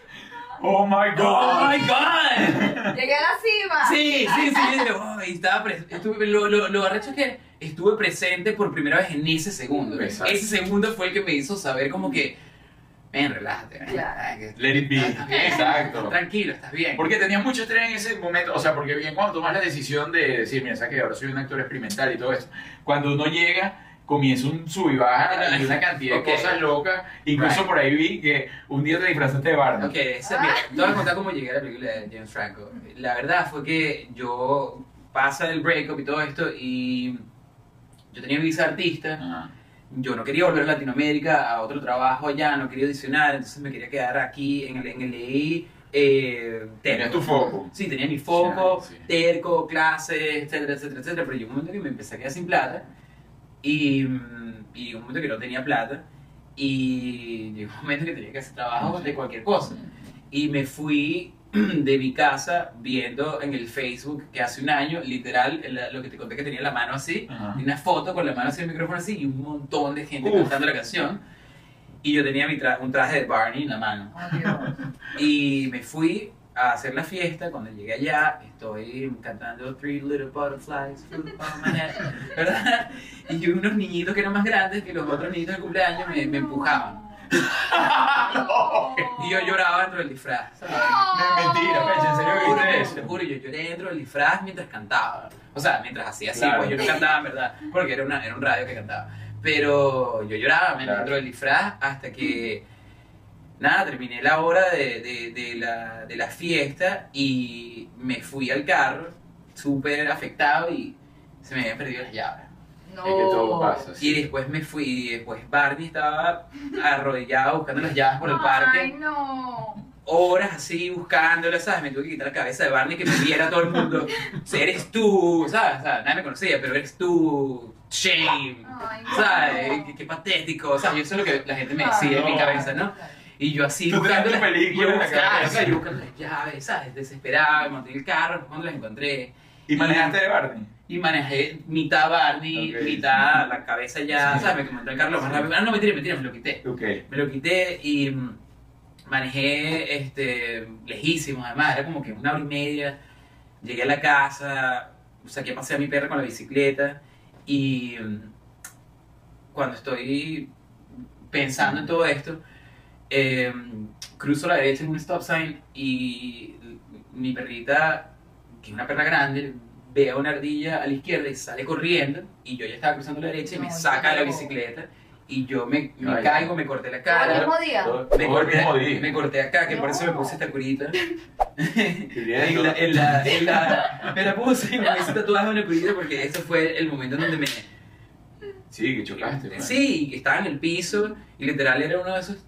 Speaker 1: Oh my
Speaker 3: ¡Oh,
Speaker 1: god.
Speaker 3: my God!
Speaker 2: Llegué a la cima.
Speaker 3: Sí, sí, sí. pero, oh, y estaba pres- estuve- lo, lo, lo arrecho es que estuve presente por primera vez en ese segundo.
Speaker 1: Exacto.
Speaker 3: Ese segundo fue el que me hizo saber como que, ven, relájate. ven,
Speaker 2: Claro.
Speaker 3: que-
Speaker 1: Let it
Speaker 3: estás bien,
Speaker 1: be. Exacto.
Speaker 3: Tranquilo, estás bien.
Speaker 1: Porque tenías mucho estrés en ese momento, o sea, porque bien cuando tomas la decisión de decir, mira, sabes que ahora soy un actor experimental y todo eso, cuando uno llega, comienza un sub y baja y una cantidad
Speaker 3: Ok.
Speaker 1: de cosas locas, incluso
Speaker 3: Right.
Speaker 1: por ahí vi que un día te disfrazaste de Barney.
Speaker 3: Ok, esa- mira, te voy a contar cómo llegué a la película de James Franco. La verdad fue que yo pasa el breakup y todo esto y yo tenía visa artista.
Speaker 1: Ajá.
Speaker 3: yo no quería volver a Latinoamérica a otro trabajo allá, no quería adicionar, entonces me quería quedar aquí en el, en el EI. Eh,
Speaker 1: Tenías tu
Speaker 3: terco.
Speaker 1: foco.
Speaker 3: Sí, tenía mi foco,
Speaker 1: Sí, sí.
Speaker 3: terco, clases, etcétera, etcétera, etcétera. Pero llegó un momento que me empecé a quedar sin plata y, mm, y llegó un momento que no tenía plata y llegó un momento que tenía que hacer trabajo de cualquier cosa. Y me fui de mi casa viendo en el Facebook que hace un año, literal, la- lo que te conté que tenía la mano así,
Speaker 1: Ajá.
Speaker 3: y una foto con la mano hacia el micrófono así y un montón de gente
Speaker 1: Uf.
Speaker 3: cantando la canción. Y yo tenía mi tra- un traje de Barney en la mano.
Speaker 2: Oh, Dios.
Speaker 3: Y me fui a hacer la fiesta. Cuando llegué allá, estoy cantando Three Little Butterflies Flew on My Head, ¿verdad? Y yo, unos niñitos que eran más grandes que los otros niñitos de cumpleaños me, me empujaban.
Speaker 1: No.
Speaker 3: Y yo lloraba dentro del disfraz. ¿sabes?
Speaker 1: Me- mentira, pecho, Pues, ¿en serio
Speaker 3: Juro,
Speaker 1: viste
Speaker 3: te
Speaker 1: eso?
Speaker 3: juro, yo lloré dentro del disfraz mientras cantaba. O sea, mientras hacía así,
Speaker 1: Claro.
Speaker 3: pues yo no cantaba, en verdad, porque era, una, era un radio que cantaba. Pero yo lloraba men,
Speaker 1: Claro.
Speaker 3: dentro del disfraz hasta que, nada, terminé la hora de, de- de la, de la fiesta y me fui al carro, súper afectado y se me habían perdido las llaves.
Speaker 2: No.
Speaker 1: Es que todo pasa.
Speaker 3: Y
Speaker 1: Sí.
Speaker 3: después me fui y después Barney estaba arrodillado buscando las llaves por el parque.
Speaker 2: Ay, no.
Speaker 3: horas así buscándola, ¿sabes? Me tuve que quitar la cabeza de Barney que me viera todo el mundo. O sea, eres tú, ¿sabes? O sea, nadie me conocía, pero eres tú. Shame.
Speaker 2: Ay, no.
Speaker 3: ¿Sabes? Qué, qué patético. O sea, yo eso es lo que la gente me
Speaker 2: Ay,
Speaker 3: decía en mi
Speaker 1: no.
Speaker 3: cabeza, ¿no? Y yo así
Speaker 1: Ah. Tú tenías tu
Speaker 3: las-
Speaker 1: película
Speaker 3: yo
Speaker 1: en la
Speaker 3: buscaba,
Speaker 1: cabeza.
Speaker 3: o sea, yo buscando las llaves, ¿sabes? Desesperado, monté en el carro, cuando las encontré.
Speaker 1: ¿Y manejaste de Barney?
Speaker 3: Y manejé mitad Barney,
Speaker 1: Ok.
Speaker 3: mitad la cabeza ya,
Speaker 1: Sí.
Speaker 3: ¿sabes? Me monté en el carro lo más
Speaker 1: Sí.
Speaker 3: rápido. Ah, no, mentira, mentira, me lo quité
Speaker 1: Ok.
Speaker 3: me lo quité y mm, manejé este, lejísimo, además, era como que una hora y media. Llegué a la casa, saqué a pasear a mi perra con la bicicleta y mm, cuando estoy pensando en todo esto, eh, cruzo la derecha en un stop sign y mi perrita, que es una perra grande, ve a una ardilla a la izquierda y sale corriendo y yo ya estaba cruzando la derecha y me
Speaker 2: No,
Speaker 3: saca de la
Speaker 2: no.
Speaker 3: bicicleta y yo me, me
Speaker 1: Ay.
Speaker 3: caigo, me corté la
Speaker 2: Todo el
Speaker 3: cara.
Speaker 2: mismo día.
Speaker 1: Todo, todo
Speaker 3: Me
Speaker 1: el
Speaker 3: corté,
Speaker 1: mismo día.
Speaker 3: me corté acá, que por eso me
Speaker 2: No.
Speaker 3: puse esta curita.
Speaker 1: Qué
Speaker 3: En
Speaker 1: bien,
Speaker 3: la,
Speaker 1: ¿no?
Speaker 3: en la, en la, me la puse y me hice tatuaje una curita porque ese fue el momento en donde me,
Speaker 1: Sí, que chocaste. pues. man.
Speaker 3: Sí, que estaba en el piso y literal era uno de esos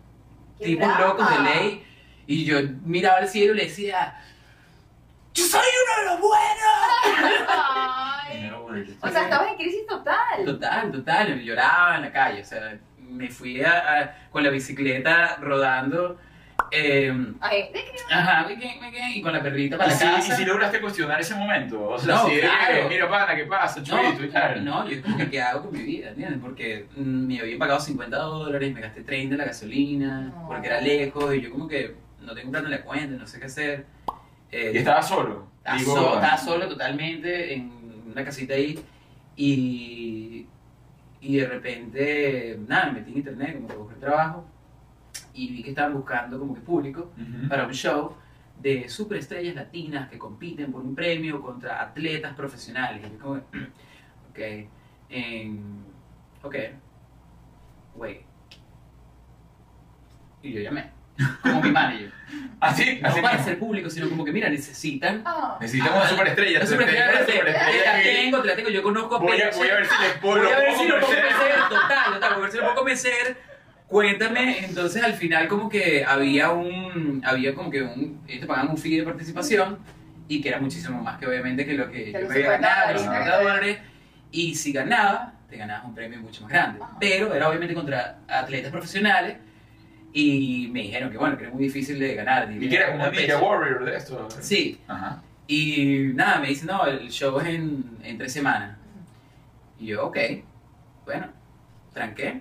Speaker 2: Qué
Speaker 3: tipos
Speaker 2: brava.
Speaker 3: locos de ley. Y yo miraba al cielo y le decía, ¡Yo soy uno de los buenos!
Speaker 2: Ay.
Speaker 1: Primero, bueno, yo estoy-
Speaker 2: O sea, estabas en crisis total.
Speaker 3: Total, total, lloraba en la calle. O sea, me fui a- a- con la bicicleta rodando. eh,
Speaker 2: Ay, ¿de qué?
Speaker 3: ajá, me quedé- me quedé, y con la perrita
Speaker 1: ¿Y
Speaker 3: para la
Speaker 1: si,
Speaker 3: casa.
Speaker 1: y si lograste cuestionar ese momento? O sea,
Speaker 3: No,
Speaker 1: si de que,
Speaker 3: claro.
Speaker 1: mira, pana, ¿qué pasa? Chuito y
Speaker 3: No,
Speaker 1: tal.
Speaker 3: no, yo como que qué hago con mi vida, ¿entiendes? Porque mm, me habían pagado 50 dólares, me gasté 30 en la gasolina,
Speaker 2: No.
Speaker 3: porque era lejos, y yo como que no tengo plata en la cuenta, no sé qué hacer. Eh,
Speaker 1: Y estaba solo.
Speaker 3: estaba
Speaker 1: Digo,
Speaker 3: solo, estaba solo totalmente en una casita ahí, y, y de repente, nada, me metí en internet como que busqué trabajo, y vi que estaban buscando como que público,
Speaker 1: Ujú.
Speaker 3: para un show de superestrellas latinas que compiten por un premio contra atletas profesionales. Y yo como, ok, em, ok, wait. Y yo llamé, como mi manager.
Speaker 1: Así,
Speaker 3: No
Speaker 1: así
Speaker 3: para
Speaker 1: mismo.
Speaker 3: ser público, sino como que, mira, necesitan...
Speaker 2: Ah.
Speaker 1: Necesitamos una superestrella.
Speaker 3: Una
Speaker 1: tú tenés
Speaker 3: superestrella,
Speaker 1: una
Speaker 3: te la
Speaker 1: superestrella.
Speaker 3: tengo, te la tengo, yo conozco a
Speaker 1: Voy a,
Speaker 3: Peche.
Speaker 1: voy a ver si le puedo,
Speaker 3: Voy
Speaker 1: lo
Speaker 3: a ver
Speaker 1: puedo
Speaker 3: si lo puedo
Speaker 1: convencer.
Speaker 3: convencer, total, total, voy a ver si lo puedo convencer. Cuéntame, entonces al final como que había un, había como que un, ellos te pagaban un fee de participación y que era muchísimo más que obviamente que lo que
Speaker 2: Que
Speaker 3: yo
Speaker 2: los
Speaker 3: me había
Speaker 2: 50
Speaker 3: ganado, los
Speaker 1: dólares,
Speaker 3: 50 dólares. Y si ganaba, te ganabas un premio mucho más grande.
Speaker 2: Ajá.
Speaker 3: Pero era obviamente contra atletas profesionales y me dijeron que bueno, que era muy difícil de ganar.
Speaker 1: Y que era como un Ninja Warrior de esto.
Speaker 3: Sí,
Speaker 1: Ajá.
Speaker 3: y nada, me dicen, no, el show es en, en tres semanas. Y yo, ok, bueno, tranqué.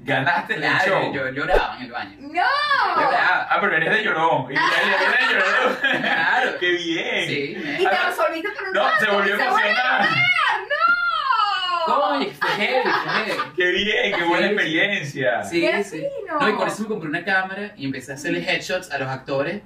Speaker 1: Ganaste el
Speaker 3: Claro,
Speaker 1: show.
Speaker 3: yo lloraba en el baño. Yo
Speaker 2: No.
Speaker 3: lloraba.
Speaker 1: Ah, pero eres de llorón. Y eres de llorón.
Speaker 3: Claro.
Speaker 1: Qué bien.
Speaker 3: Sí, men.
Speaker 2: Y te resolviste por un
Speaker 1: No,
Speaker 2: rato.
Speaker 1: se volvió
Speaker 2: y a
Speaker 1: emocional.
Speaker 2: ganar. No.
Speaker 3: Coño, fue heavy, fue heavy.
Speaker 1: Qué bien, qué buena
Speaker 3: Sí.
Speaker 1: experiencia.
Speaker 3: Sí,
Speaker 2: ¡Qué
Speaker 3: sí.
Speaker 2: fino!
Speaker 3: No, y con eso me compré una cámara y empecé a hacerle headshots a los actores.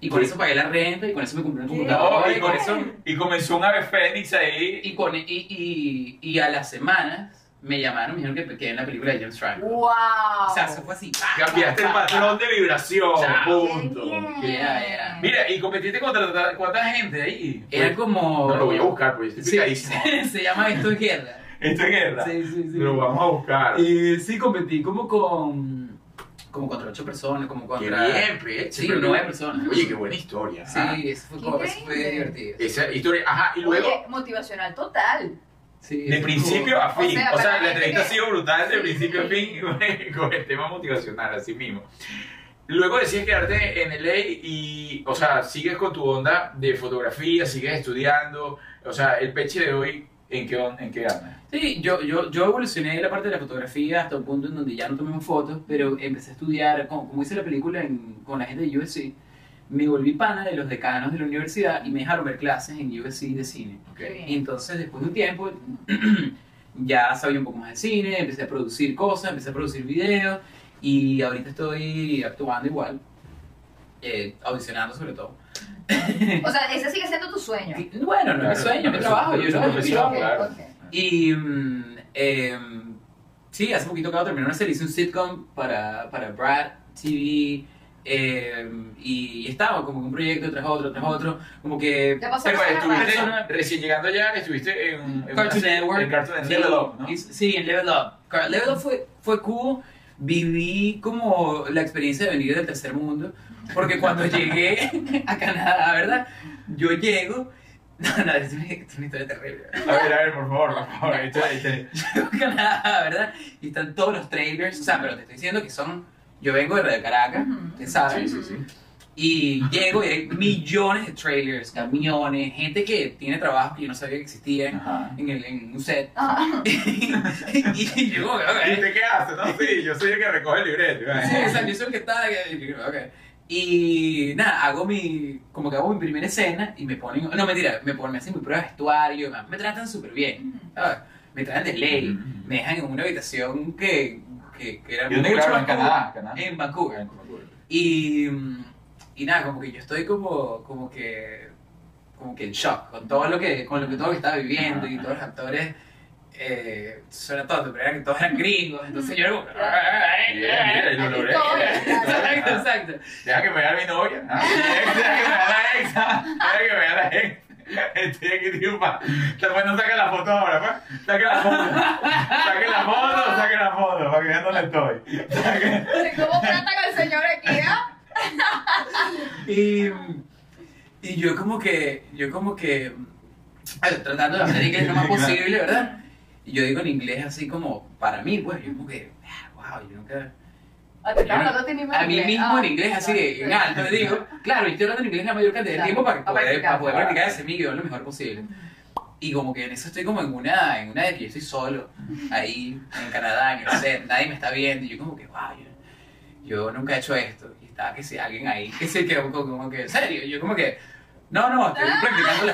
Speaker 3: Y con eso pagué la renta y con eso me compré un computador.
Speaker 1: No,
Speaker 3: Y con eso.
Speaker 1: Y comenzó un ave fénix ahí.
Speaker 3: Y, con, y, y, y a las semanas me llamaron y me dijeron que quedé en la película de James Franco.
Speaker 2: Wow.
Speaker 3: O sea, eso fue así. pa, pa,
Speaker 1: Cambiaste el
Speaker 3: pa, pa.
Speaker 1: patrón de vibración.
Speaker 3: Chao.
Speaker 1: Punto.
Speaker 2: Qué bien.
Speaker 3: Ya, ya.
Speaker 1: Mira, y competiste contra cuánta gente ahí.
Speaker 3: Era como.
Speaker 1: No lo voy a buscar, pues estoy
Speaker 3: Sí,
Speaker 1: picadísimo.
Speaker 3: se llama Esto es Guerra.
Speaker 1: Esto es guerra.
Speaker 3: Sí, sí, sí.
Speaker 1: Lo vamos a buscar.
Speaker 3: Eh, sí, competí como con. Como contra ocho personas, como
Speaker 1: Qué
Speaker 3: contra.
Speaker 1: bien, Peche.
Speaker 3: Sí,
Speaker 1: pero-
Speaker 3: nueve personas.
Speaker 1: Oye, ah. Eh, qué buena historia. ajá.
Speaker 3: Sí, eso fue,
Speaker 2: Qué
Speaker 3: como- eso fue
Speaker 2: increíble.
Speaker 3: divertido.
Speaker 1: Esa historia. Ajá, y luego.
Speaker 2: Oye, motivacional total.
Speaker 3: Sí,
Speaker 1: De
Speaker 3: eso
Speaker 1: principio a
Speaker 2: O
Speaker 1: fin. O sea,
Speaker 2: sea,
Speaker 1: la
Speaker 2: para
Speaker 1: entrevista
Speaker 2: que-
Speaker 1: ha sido brutal de
Speaker 2: Sí.
Speaker 1: principio a fin con el tema motivacional, así mismo. Luego decides quedarte en LA y, o sea, sigues con tu onda de fotografía, sigues estudiando. O sea, el peche de hoy, ¿en qué, on- en qué anda?
Speaker 3: Sí, yo, yo, yo evolucioné la parte de la fotografía hasta un punto en donde ya no tomemos fotos, pero empecé a estudiar, como, como hice la película en- con la gente de USC, me volví pana de los decanos de la universidad y me dejaron ver clases en USC de cine.
Speaker 1: Ok.
Speaker 2: Qué bien.
Speaker 3: Y entonces, después de un tiempo, ya sabía un poco más de cine, empecé a producir cosas, empecé a producir videos y ahorita estoy actuando igual, eh, audicionando sobre todo.
Speaker 2: O sea, ese sigue siendo tu sueño.
Speaker 3: Y, Bueno, no es mi sueño, mi
Speaker 1: Claro,
Speaker 3: trabajo,
Speaker 1: es
Speaker 3: yo
Speaker 1: una
Speaker 3: trabajo
Speaker 1: profesión,
Speaker 3: trabajo.
Speaker 1: claro.
Speaker 2: Ok, ok.
Speaker 3: Y mm, em, sí, hace poquito acabo de terminar una serie, hice un sitcom para, para Brad TV. em, y, y estaba como que un proyecto tras otro, tras otro, como que...
Speaker 2: Te pasó
Speaker 1: ¿Te acuerdas?
Speaker 2: la
Speaker 1: Estuviste
Speaker 3: persona-
Speaker 1: recién llegando allá, estuviste en, en una
Speaker 3: Cartoon
Speaker 1: serie-
Speaker 3: Network.
Speaker 1: En Cartoon
Speaker 3: Sí,
Speaker 1: Network, ¿no?
Speaker 3: y- Sí, en Level Up. Car- Level Up fue, fue cool. Viví como la experiencia de venir del tercer mundo. Porque cuando llegué a Canadá, ¿verdad? Yo llego. No, no, es una, es una historia terrible.
Speaker 1: A ver, a ver, por favor, por favor. ahí está, ahí está.
Speaker 3: Llego a Canadá, ¿verdad? Y están todos los trailers. O sea, pero te estoy diciendo que son. Yo vengo de Radio Caracas,
Speaker 2: Ujú.
Speaker 3: ustedes saben.
Speaker 1: Sí, sí, sí.
Speaker 3: Y llego y hay millones de trailers, camiones, gente que tiene trabajo que yo no sabía que existía
Speaker 1: Ajá.
Speaker 3: en, el, en un set.
Speaker 2: Ah,
Speaker 3: y, y yo, como que, ok.
Speaker 1: ¿Y te qué haces? No, sí, yo soy el que recoge el libreto. ¿eh?
Speaker 3: Eh. Sí, exacto, yo soy el que está. que- ok. Y nada, hago mi. Como que hago mi primera escena y me ponen. No, mentira, me, ponen, me hacen mi prueba de vestuario, me, me tratan súper bien. ¿sabes? Me tratan de ley,
Speaker 1: Ujú.
Speaker 3: me dejan en una habitación que, que, que era
Speaker 1: ¿Y dónde
Speaker 3: mucho
Speaker 1: grabaron? ¿En
Speaker 3: más Eh, cool,
Speaker 1: Canadá? ¿Canadá?
Speaker 3: En Vancouver. eh, Y, mm, y nada, como que yo estoy como, como que como que en shock con todo lo que con lo que todo lo que estaba viviendo y todos los actores eh, sobre todo pero era que todos eran gringos entonces yo era como
Speaker 1: Bien, mira,
Speaker 3: eh,
Speaker 1: y lo logré.
Speaker 2: Todo bien,
Speaker 3: exacto
Speaker 1: Ajá.
Speaker 3: exacto
Speaker 1: Deja que me vea mi novia. ¿no? Deja que me vea la ex. ¿no? Deja que me vea la ex. Estoy aquí triunfa. Después no saca la foto ahora, pues. Saca la foto. Saca la foto, saca la foto, para que vean dónde estoy. Saque-
Speaker 2: ¿Cómo tratan al señor aquí, ah?
Speaker 3: y, y yo como que yo como que ay, tratando de hacer inglés lo más posible verdad y yo digo en inglés así como para mí pues yo como que ah, wow yo nunca
Speaker 2: Ah, te
Speaker 3: Yo
Speaker 2: estás
Speaker 3: no-
Speaker 2: hablando a ti mismo en
Speaker 3: a mí
Speaker 2: inglés.
Speaker 3: mismo en
Speaker 2: Ah,
Speaker 3: inglés, así
Speaker 2: claro,
Speaker 3: de-
Speaker 2: sí.
Speaker 3: en alto, le digo, claro, yo estoy hablando en inglés la mayor cantidad de
Speaker 2: Claro,
Speaker 3: tiempo para, que
Speaker 2: a
Speaker 3: poder,
Speaker 2: practicar.
Speaker 3: para poder practicar ese mi guión lo mejor posible. Y como que en eso estoy como en una, en una de que yo estoy solo, ahí, en Canadá, en el set, nadie me está viendo, y yo como que, wow, yo, yo nunca he hecho esto. Y estaba que si alguien ahí, que se quedó como, como que, en serio, y yo como que, no, no, estoy
Speaker 2: Ah.
Speaker 3: practicando la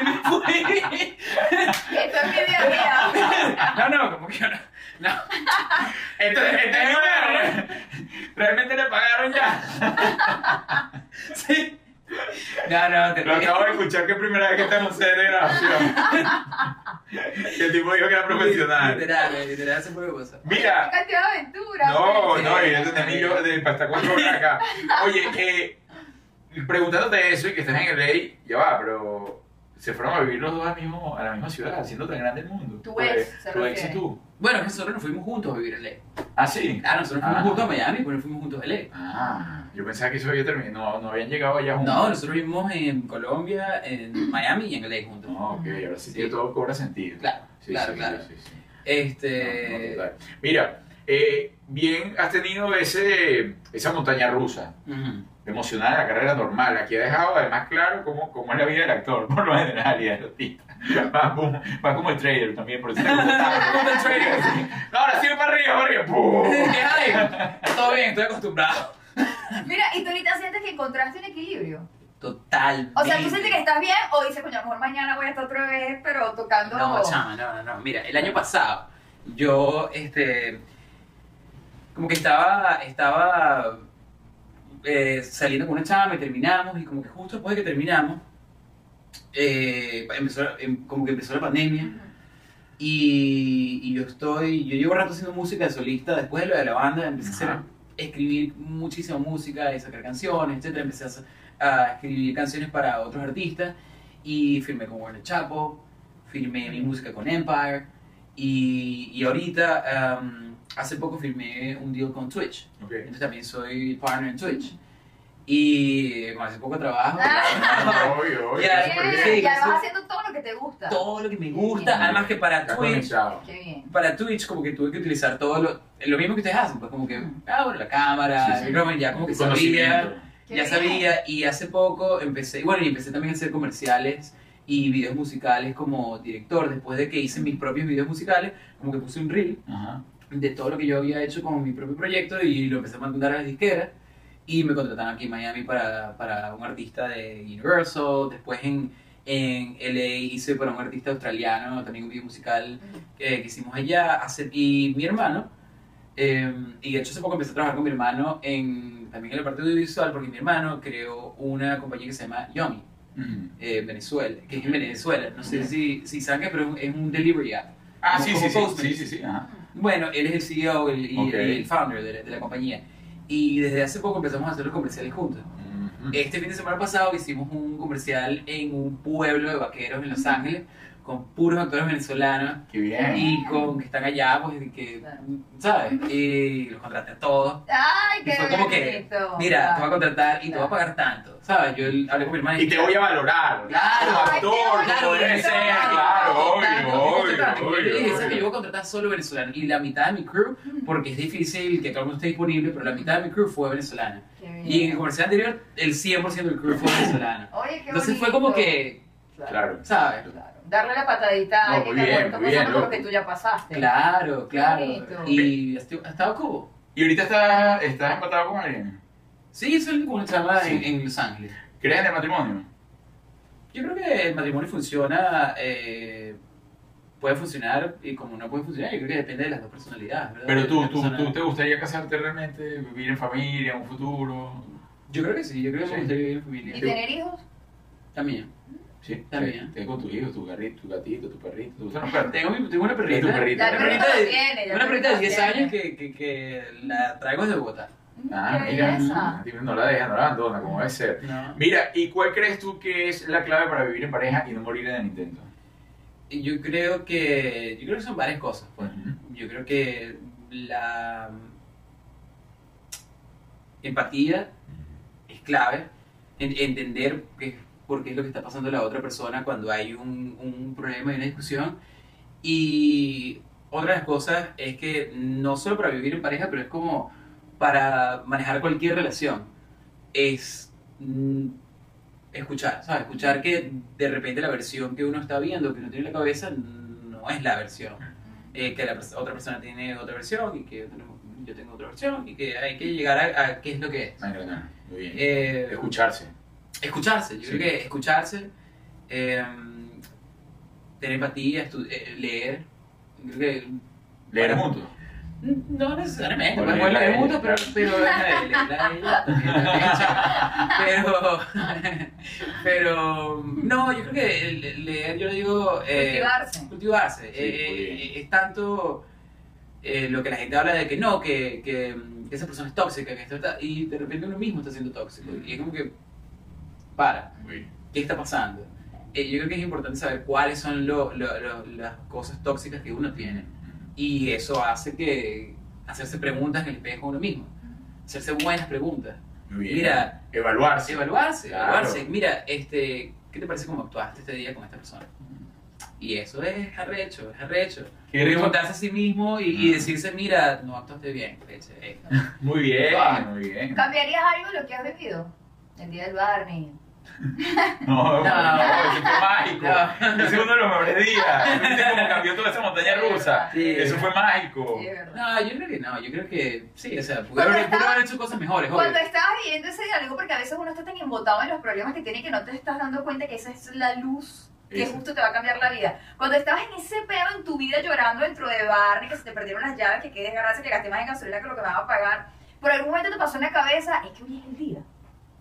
Speaker 3: gente. y me fui.
Speaker 2: Esto es mi día a día.
Speaker 3: No, no, como que yo no. no.
Speaker 1: Este- este es una- Realmente le pagaron ya.
Speaker 3: Sí. No, no, te
Speaker 1: Lo acabo de escuchar que es primera vez que está en un set de grabación. Que el tipo dijo que era profesional.
Speaker 3: Literal, literal, eso fue lo que pasó.
Speaker 1: Mira,
Speaker 2: Qué cantidad de aventuras.
Speaker 1: No,
Speaker 2: pues.
Speaker 1: no, y yo tenía yo de para estar cuatro horas acá. Oye, eh, preguntándote eso y que estás en el ley, ya va, pero se fueron a vivir los dos al mismo, a la misma ciudad, haciendo tan grande el mundo.
Speaker 2: Tu
Speaker 1: Pues,
Speaker 2: ex, se
Speaker 1: Tu ex y
Speaker 2: refiere.
Speaker 1: tú.
Speaker 3: Bueno, nosotros nos fuimos juntos a vivir a LA.
Speaker 1: Ah, sí.
Speaker 3: Claro, nosotros nos fuimos
Speaker 1: Ah.
Speaker 3: juntos a Miami, pero nos fuimos juntos a LA.
Speaker 1: Ah, yo pensaba que eso había terminado. No, no habían llegado allá juntos.
Speaker 3: No, nosotros vivimos en Colombia, en Miami y en LA juntos.
Speaker 1: No, ok, ahora sí,
Speaker 3: Sí.
Speaker 1: tiene todo cobra sentido.
Speaker 3: Claro,
Speaker 1: Sí,
Speaker 3: claro,
Speaker 1: sí,
Speaker 3: claro.
Speaker 1: sí, sí, sí. No, no,
Speaker 3: Este.
Speaker 1: total. Mira, eh, bien has tenido ese, esa montaña rusa.
Speaker 3: ujú.
Speaker 1: emocionada de la carrera normal. Aquí ha dejado además claro cómo, cómo es la vida del actor, por lo general, y del artista. Va como, va como el trader también, por eso está como tanto.
Speaker 3: Como el trader.
Speaker 1: Sí. No, ahora sigue para arriba, para arriba. ¡Pum!
Speaker 3: ¿Qué hay? Todo bien, estoy acostumbrado.
Speaker 2: Mira, y tú ahorita sientes que encontraste un equilibrio.
Speaker 3: Total.
Speaker 2: O sea, tú sientes que estás bien o dices, coño, a lo mejor mañana voy a estar otra vez, pero tocando.
Speaker 3: No, chama, no, no, no. Mira, el año pasado yo, este, como que estaba, estaba eh, saliendo con una chama y terminamos y como que justo después de que terminamos, eh, empezó, em- como que empezó la pandemia y, y yo estoy, yo llevo rato haciendo música de solista, después de lo de la banda empecé a hacer,
Speaker 1: Ajá.
Speaker 3: escribir muchísima música, y sacar canciones, etcétera, empecé a, hacer- a escribir canciones para otros artistas y firmé con Warner Chapo, firmé mi música con Empire y, y ahorita em, hace poco firmé un deal con Twitch.
Speaker 1: Ok.
Speaker 3: Entonces también soy partner en Twitch. Y bueno, hace poco trabajo.
Speaker 1: Obvio, obvio.
Speaker 3: Ya,
Speaker 1: súper bien.
Speaker 2: Bien,
Speaker 3: sí,
Speaker 2: y además
Speaker 3: eso-
Speaker 2: haciendo todo lo que te gusta.
Speaker 3: todo lo que me gusta. Además que para
Speaker 1: Está
Speaker 3: Twitch,
Speaker 1: conectado.
Speaker 2: Qué bien.
Speaker 3: para Twitch como que tuve que utilizar todo lo, lo mismo que ustedes hacen, pues como que, ah, bueno, la cámara,
Speaker 1: Sí, sí.
Speaker 3: el micrófono, ya como que sabía.
Speaker 1: Conocimiento.
Speaker 2: Qué
Speaker 3: ya
Speaker 2: bien.
Speaker 3: sabía y hace poco empecé, y bueno, y empecé también a hacer comerciales y videos musicales como director, después de que hice mis propios videos musicales, como que puse un reel
Speaker 1: Ajá.
Speaker 3: de todo lo que yo había hecho con mi propio proyecto y lo empecé a mandar a las disqueras y me contrataron aquí en Miami para, para un artista de Universal, después en, En LA hice para un artista australiano, también un video musical eh, que, que hicimos allá. Hace, y mi hermano, eh, y de hecho hace poco empecé a trabajar con mi hermano en, también en la parte audiovisual, porque mi hermano creó una compañía que se llama Yomi
Speaker 1: Ujú.
Speaker 3: eh, Venezuela, que es en Venezuela. No sé si, si saben qué, pero es un- es un delivery app.
Speaker 1: Ah,
Speaker 3: Como-
Speaker 1: sí,
Speaker 3: como
Speaker 1: sí, sí,
Speaker 3: Postmates.
Speaker 1: sí, sí, sí, ajá.
Speaker 3: Bueno, él es el CEO el- y,
Speaker 1: Ok.
Speaker 3: y el founder de la, de la compañía. Y desde hace poco empezamos a hacer los comerciales juntos.
Speaker 1: Ujú.
Speaker 3: Este fin de semana pasado hicimos un comercial en un pueblo de vaqueros en
Speaker 2: Mm.
Speaker 3: Los Ángeles con puros actores venezolanos
Speaker 1: Qué bien.
Speaker 3: y con que están allá, pues, y que,
Speaker 2: Claro.
Speaker 3: ¿sabes? Y los contraté a todos.
Speaker 2: Ay,
Speaker 3: Y
Speaker 2: qué
Speaker 3: fue como que,
Speaker 2: bonito.
Speaker 3: mira, te voy a
Speaker 2: Oh, Claro.
Speaker 3: contratar y te voy a pagar tanto, ¿sabes? Yo hablé con mi hermano
Speaker 1: Y te voy a valorar.
Speaker 3: Claro,
Speaker 1: Como actor,
Speaker 3: claro,
Speaker 1: como debe
Speaker 3: claro,
Speaker 1: ser, claro,
Speaker 3: claro,
Speaker 1: obvio,
Speaker 3: claro,
Speaker 1: obvio,
Speaker 3: claro. Yo le dije,
Speaker 1: obvio,
Speaker 3: "Sabes que yo voy a contratar solo venezolanos y la mitad de mi crew, porque es difícil que todo el mundo esté disponible, pero la mitad de mi crew fue venezolana.
Speaker 2: Qué bien.
Speaker 3: Y en el comercial anterior, el 100% del crew fue venezolano.
Speaker 2: Oye, qué
Speaker 3: Entonces fue
Speaker 2: bonito.
Speaker 3: como que,
Speaker 1: Claro.
Speaker 3: ¿sabes?
Speaker 2: Claro. Darle la patadita
Speaker 1: No,
Speaker 2: a alguien
Speaker 1: muy
Speaker 2: que
Speaker 1: bien,
Speaker 2: está
Speaker 1: muy bien,
Speaker 2: pasando por lo
Speaker 1: loco.
Speaker 2: que tú ya pasaste.
Speaker 3: Claro, claro.
Speaker 2: bonito.
Speaker 3: Y ha estado como.
Speaker 1: ¿Y ahorita estás, estás empatado con alguien?
Speaker 3: Sí, eso es como una charla
Speaker 1: Sí.
Speaker 3: en, en Los Ángeles.
Speaker 1: ¿Crees en el matrimonio?
Speaker 3: Yo creo que el matrimonio funciona, eh, puede funcionar y como no puede funcionar, yo creo que depende de las dos personalidades, ¿verdad?
Speaker 1: Pero
Speaker 3: De
Speaker 1: tú,
Speaker 3: la
Speaker 1: tú,
Speaker 3: persona.
Speaker 1: tú te gustaría casarte realmente, vivir en familia, un futuro.
Speaker 3: Yo creo que sí, yo creo que
Speaker 1: Sí.
Speaker 3: me gustaría vivir en
Speaker 2: ¿Y
Speaker 3: familia.
Speaker 2: tener hijos?
Speaker 3: También.
Speaker 1: Sí,
Speaker 3: También.
Speaker 1: Te- Tengo tu hijo, tu garrito, tu gatito, tu perrito. ¿Te gustan los perros?
Speaker 3: Tengo, mi- tengo una perrita.
Speaker 1: Y tu perrita.
Speaker 2: Ya el
Speaker 3: Una
Speaker 2: perrito
Speaker 3: perrita
Speaker 2: lo
Speaker 3: de,
Speaker 2: tiene, ya el
Speaker 3: una perrita
Speaker 2: perrito
Speaker 3: de
Speaker 2: lo
Speaker 3: 10
Speaker 2: tiene. Mm,
Speaker 3: años que, que, que la traigo desde Bogotá.
Speaker 1: Ah,
Speaker 2: Qué
Speaker 1: mira,
Speaker 2: belleza.
Speaker 1: no la deja, no la abandona, como debe ser.
Speaker 3: No.
Speaker 1: Mira, ¿y cuál crees tú que es la clave para vivir en pareja y no morir en el intento?
Speaker 3: Y Yo creo que, yo creo que son varias cosas. pues.
Speaker 1: Ujú.
Speaker 3: Yo creo que la empatía es clave. en- entender qué- por qué es lo que está pasando la otra persona cuando hay un, un problema y una discusión. Y otra de las cosas es que no solo para vivir en pareja, pero es como para manejar cualquier relación. Es mm, escuchar, ¿sabes? Escuchar que de repente la versión que uno está viendo, que uno tiene en la cabeza, no es la versión. Eh, que la pers- otra persona tiene otra versión y que otro- yo tengo otra versión y que hay que llegar a, a qué es lo que es.
Speaker 1: Ay, no, no, Muy bien.
Speaker 3: Eh,
Speaker 1: Escucharse.
Speaker 3: Escucharse, yo
Speaker 1: Sí.
Speaker 3: creo que escucharse, eh, tener empatía, estu- eh, leer. Creo que-
Speaker 1: Leer
Speaker 3: para-
Speaker 1: juntos.
Speaker 3: No necesariamente,
Speaker 1: O
Speaker 3: pues,
Speaker 1: leerla
Speaker 3: leer
Speaker 1: a
Speaker 3: juntos,
Speaker 1: ella,
Speaker 3: pero, pero leerla a ella también, también, Pero, pero no, yo creo que el- leer, yo le digo. eh,
Speaker 2: Cultivarse.
Speaker 3: cultivarse.
Speaker 1: Sí,
Speaker 3: Eh,
Speaker 1: muy
Speaker 3: eh,
Speaker 1: bien.
Speaker 3: es tanto eh, lo que la gente habla de que no, que, que, mm, que esa persona es tóxica, que esta- y de repente uno mismo está siendo tóxico. Y es como que, para,
Speaker 1: Muy bien.
Speaker 3: ¿qué está pasando? Eh, yo creo que es importante saber cuáles son lo- lo- lo- las cosas tóxicas que uno tiene. Y eso hace que hacerse preguntas en el espejo a uno mismo. Hacerse buenas preguntas.
Speaker 1: Muy bien.
Speaker 3: Mira.
Speaker 1: Evaluarse.
Speaker 3: Evaluarse,
Speaker 1: Claro.
Speaker 3: evaluarse. Mira, este, ¿qué te parece cómo actuaste este día con esta persona? Y eso es arrecho, es arrecho.
Speaker 1: Qué rico.
Speaker 3: Preguntarse a sí mismo y, y
Speaker 1: Ah.
Speaker 3: decirse, mira, no actuaste bien. leche, eh.
Speaker 1: Muy bien,
Speaker 3: Ah.
Speaker 1: muy bien.
Speaker 2: ¿Cambiarías algo de lo que has vivido? El día del Barney.
Speaker 1: No,
Speaker 3: No.
Speaker 1: no, ese fue mágico.
Speaker 3: No.
Speaker 1: Ese es uno de los mejores días. ¿Viste cómo cambió toda esa montaña rusa?
Speaker 3: Sí.
Speaker 1: Eso fue mágico.
Speaker 2: Sí, es verdad.
Speaker 3: No, yo creo que no, yo creo que sí, o sea, pude
Speaker 2: Cuando
Speaker 3: haber, pude
Speaker 2: estaba-
Speaker 3: haber hecho cosas mejores,
Speaker 2: Cuando
Speaker 3: obvio.
Speaker 2: estabas viviendo ese diálogo, porque a veces uno está tan embotado en los problemas que tiene que no te estás dando cuenta que esa es la luz que
Speaker 1: Esa.
Speaker 2: justo te va a cambiar la vida. Cuando estabas en ese pedo en tu vida llorando dentro de Barney, que se te perdieron las llaves, que qué desgracia, que gasté más en gasolina que lo que me van a pagar, por algún momento te pasó en la cabeza, es que hoy es el día.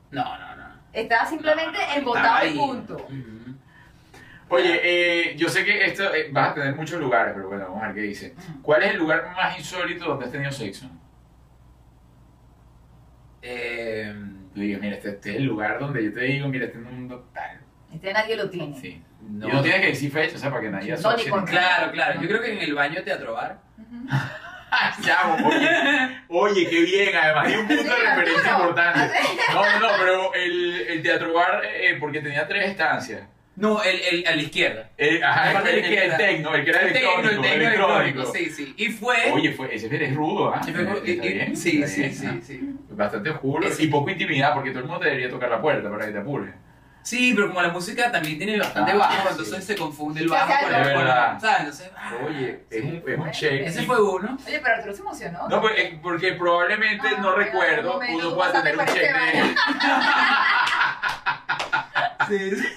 Speaker 3: No, no, no.
Speaker 2: Estabas simplemente
Speaker 3: No, no,
Speaker 2: embotado y
Speaker 3: estaba ahí.
Speaker 2: punto.
Speaker 3: Ujú.
Speaker 1: Oye, eh, yo sé que esto eh, vas a tener muchos lugares, pero bueno, vamos a ver qué dice. ¿Cuál es el lugar más insólito donde has tenido sexo?
Speaker 3: Eh,
Speaker 1: Yo digo, mira, este, este es el lugar donde yo te digo, mira, este es un mundo tal.
Speaker 2: Este nadie lo tiene.
Speaker 1: Sí.
Speaker 3: No.
Speaker 1: Y no tienes que decir fecha, o sea, para que nadie
Speaker 2: No, ni
Speaker 1: asocie.
Speaker 2: con-
Speaker 3: Claro, claro. Yo creo que en el baño de Teatro Bar.
Speaker 2: Ujú.
Speaker 1: Ah, ya, oye, oye, qué bien, además, hay un punto de
Speaker 2: Sí,
Speaker 1: referencia
Speaker 2: claro.
Speaker 1: importante. No, no, no, pero el, el teatro bar, eh, porque tenía tres estancias.
Speaker 3: No, el, el, a la izquierda. Este
Speaker 1: El, ajá,
Speaker 3: La
Speaker 1: el,
Speaker 3: parte
Speaker 1: el,
Speaker 3: izquierda.
Speaker 1: tecno, el que era electrónico.
Speaker 3: Tecno, tecno
Speaker 1: electrónico.
Speaker 3: electrónico, Sí, sí. Y fue.
Speaker 1: Oye, fue, ese eres rudo, ¿ah?
Speaker 3: y fue-
Speaker 1: Está
Speaker 3: y- y-
Speaker 1: bien,
Speaker 3: sí,
Speaker 1: está
Speaker 3: sí,
Speaker 1: bien,
Speaker 3: sí,
Speaker 1: ¿ah?
Speaker 3: sí.
Speaker 1: Bastante oscuro
Speaker 3: Ese-
Speaker 1: y poco intimidad, porque todo el mundo te debería tocar la puerta para que te apures.
Speaker 3: Sí, pero como la música también tiene bastante
Speaker 1: Ah,
Speaker 3: bajo,
Speaker 1: sí.
Speaker 3: entonces se confunde el
Speaker 2: Sí,
Speaker 3: bajo
Speaker 2: claro.
Speaker 3: con el
Speaker 1: Es
Speaker 3: con la-
Speaker 1: verdad.
Speaker 3: ¿Sabes? Entonces. ah,
Speaker 1: Oye, es un, es un
Speaker 2: Bueno,
Speaker 1: check.
Speaker 3: Ese fue uno.
Speaker 2: Oye, pero Arturo se emocionó.
Speaker 1: No, pues, eh, porque probablemente
Speaker 2: Ah,
Speaker 1: no
Speaker 2: en
Speaker 1: recuerdo,
Speaker 2: algún momento
Speaker 1: uno
Speaker 2: tú
Speaker 1: pueda
Speaker 2: este pasaste
Speaker 1: tener un
Speaker 2: por
Speaker 1: check
Speaker 2: este
Speaker 1: de
Speaker 2: baño.
Speaker 3: Sí, sí.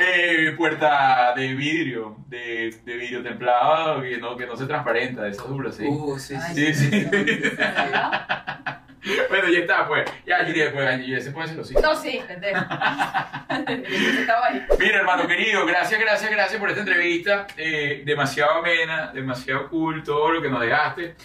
Speaker 1: eh, puerta de vidrio, de, de vidrio templado, que no, que no se transparenta, eso es duro, sí.
Speaker 3: Uh, sí,
Speaker 1: Sí,
Speaker 3: sí.
Speaker 1: sí.
Speaker 2: ¿verdad?
Speaker 1: Bueno, ya está, pues. Ya, Giri, pues, Giri, se puede hacerlo, sí.
Speaker 2: No, sí, pendejo. Estaba ahí.
Speaker 1: Mira, hermano querido, gracias, gracias, gracias por esta entrevista. Eh, demasiado amena, demasiado cool, todo lo que nos dejaste.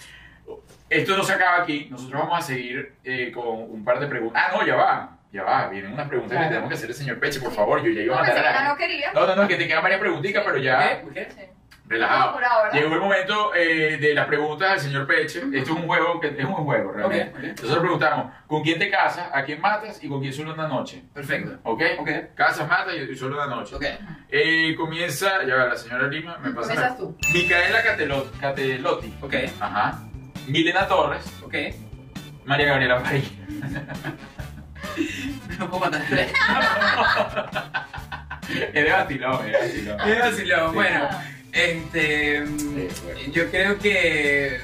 Speaker 1: Esto no se acaba aquí. Nosotros vamos a seguir eh, con un par de preguntas. Ah, no, ya va. Ya va, vienen unas preguntas que tenemos que hacerle, señor Peche, por favor. Yo ya iba a
Speaker 2: No,
Speaker 1: matar
Speaker 2: pensé
Speaker 1: a
Speaker 2: que
Speaker 1: la
Speaker 2: no quería.
Speaker 1: No, no, no, que te quedan varias preguntitas, pero ya
Speaker 3: ¿Por qué?
Speaker 2: Sí.
Speaker 1: relajado.
Speaker 2: Por ahora, ¿verdad?
Speaker 1: Llegó el momento eh, de las preguntas del señor Peche. Esto es un juego, que es un buen juego, realmente.
Speaker 3: Ok, ok.
Speaker 1: Nosotros preguntamos, ¿con quién te casas? ¿A quién matas? ¿Y con quién solo una noche?
Speaker 3: Perfecto.
Speaker 1: ¿Ok?
Speaker 3: Ok.
Speaker 1: Casas, matas y y solo una noche.
Speaker 3: Ok.
Speaker 1: Eh, comienza, ya va, la señora Lima, me pasa.
Speaker 2: Comienzas tú.
Speaker 1: Micaela Catelo- Catelotti.
Speaker 3: Ok.
Speaker 1: Ajá. Milena Torres.
Speaker 3: Ok.
Speaker 1: María Gabriela París.
Speaker 3: No puedo matar tres.
Speaker 1: Es de vacilón, es de vacilón.
Speaker 3: Es vacilón.
Speaker 1: Sí.
Speaker 3: Bueno, este. mm,
Speaker 1: Sí, bueno.
Speaker 3: Yo creo que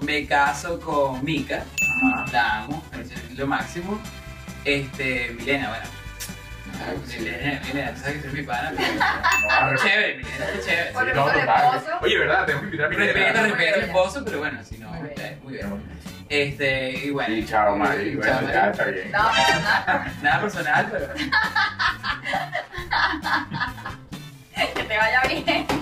Speaker 3: me caso con Mika. La amo, es lo máximo. Este, Milena, bueno.
Speaker 1: Ah, sí.
Speaker 3: Milena, Milena, tú sabes que soy mi pana.
Speaker 1: No, arre-
Speaker 3: Chévere, Milena, qué chévere.
Speaker 2: Por el
Speaker 1: No,
Speaker 2: mejor
Speaker 1: total.
Speaker 2: esposo.
Speaker 1: Oye, ¿verdad? Tengo que invitar a
Speaker 3: Respeta,
Speaker 1: Milena.
Speaker 3: respeta el esposo, pero bueno, si no,
Speaker 2: Muy bien.
Speaker 3: eh, muy bien. Este, y bueno.
Speaker 1: Y chao, Mari.
Speaker 3: y
Speaker 1: Bueno,
Speaker 3: chao,
Speaker 1: ya
Speaker 3: Mari.
Speaker 1: está bien.
Speaker 2: No, nada.
Speaker 3: Nada personal, pero.
Speaker 2: pues, Que te vaya bien.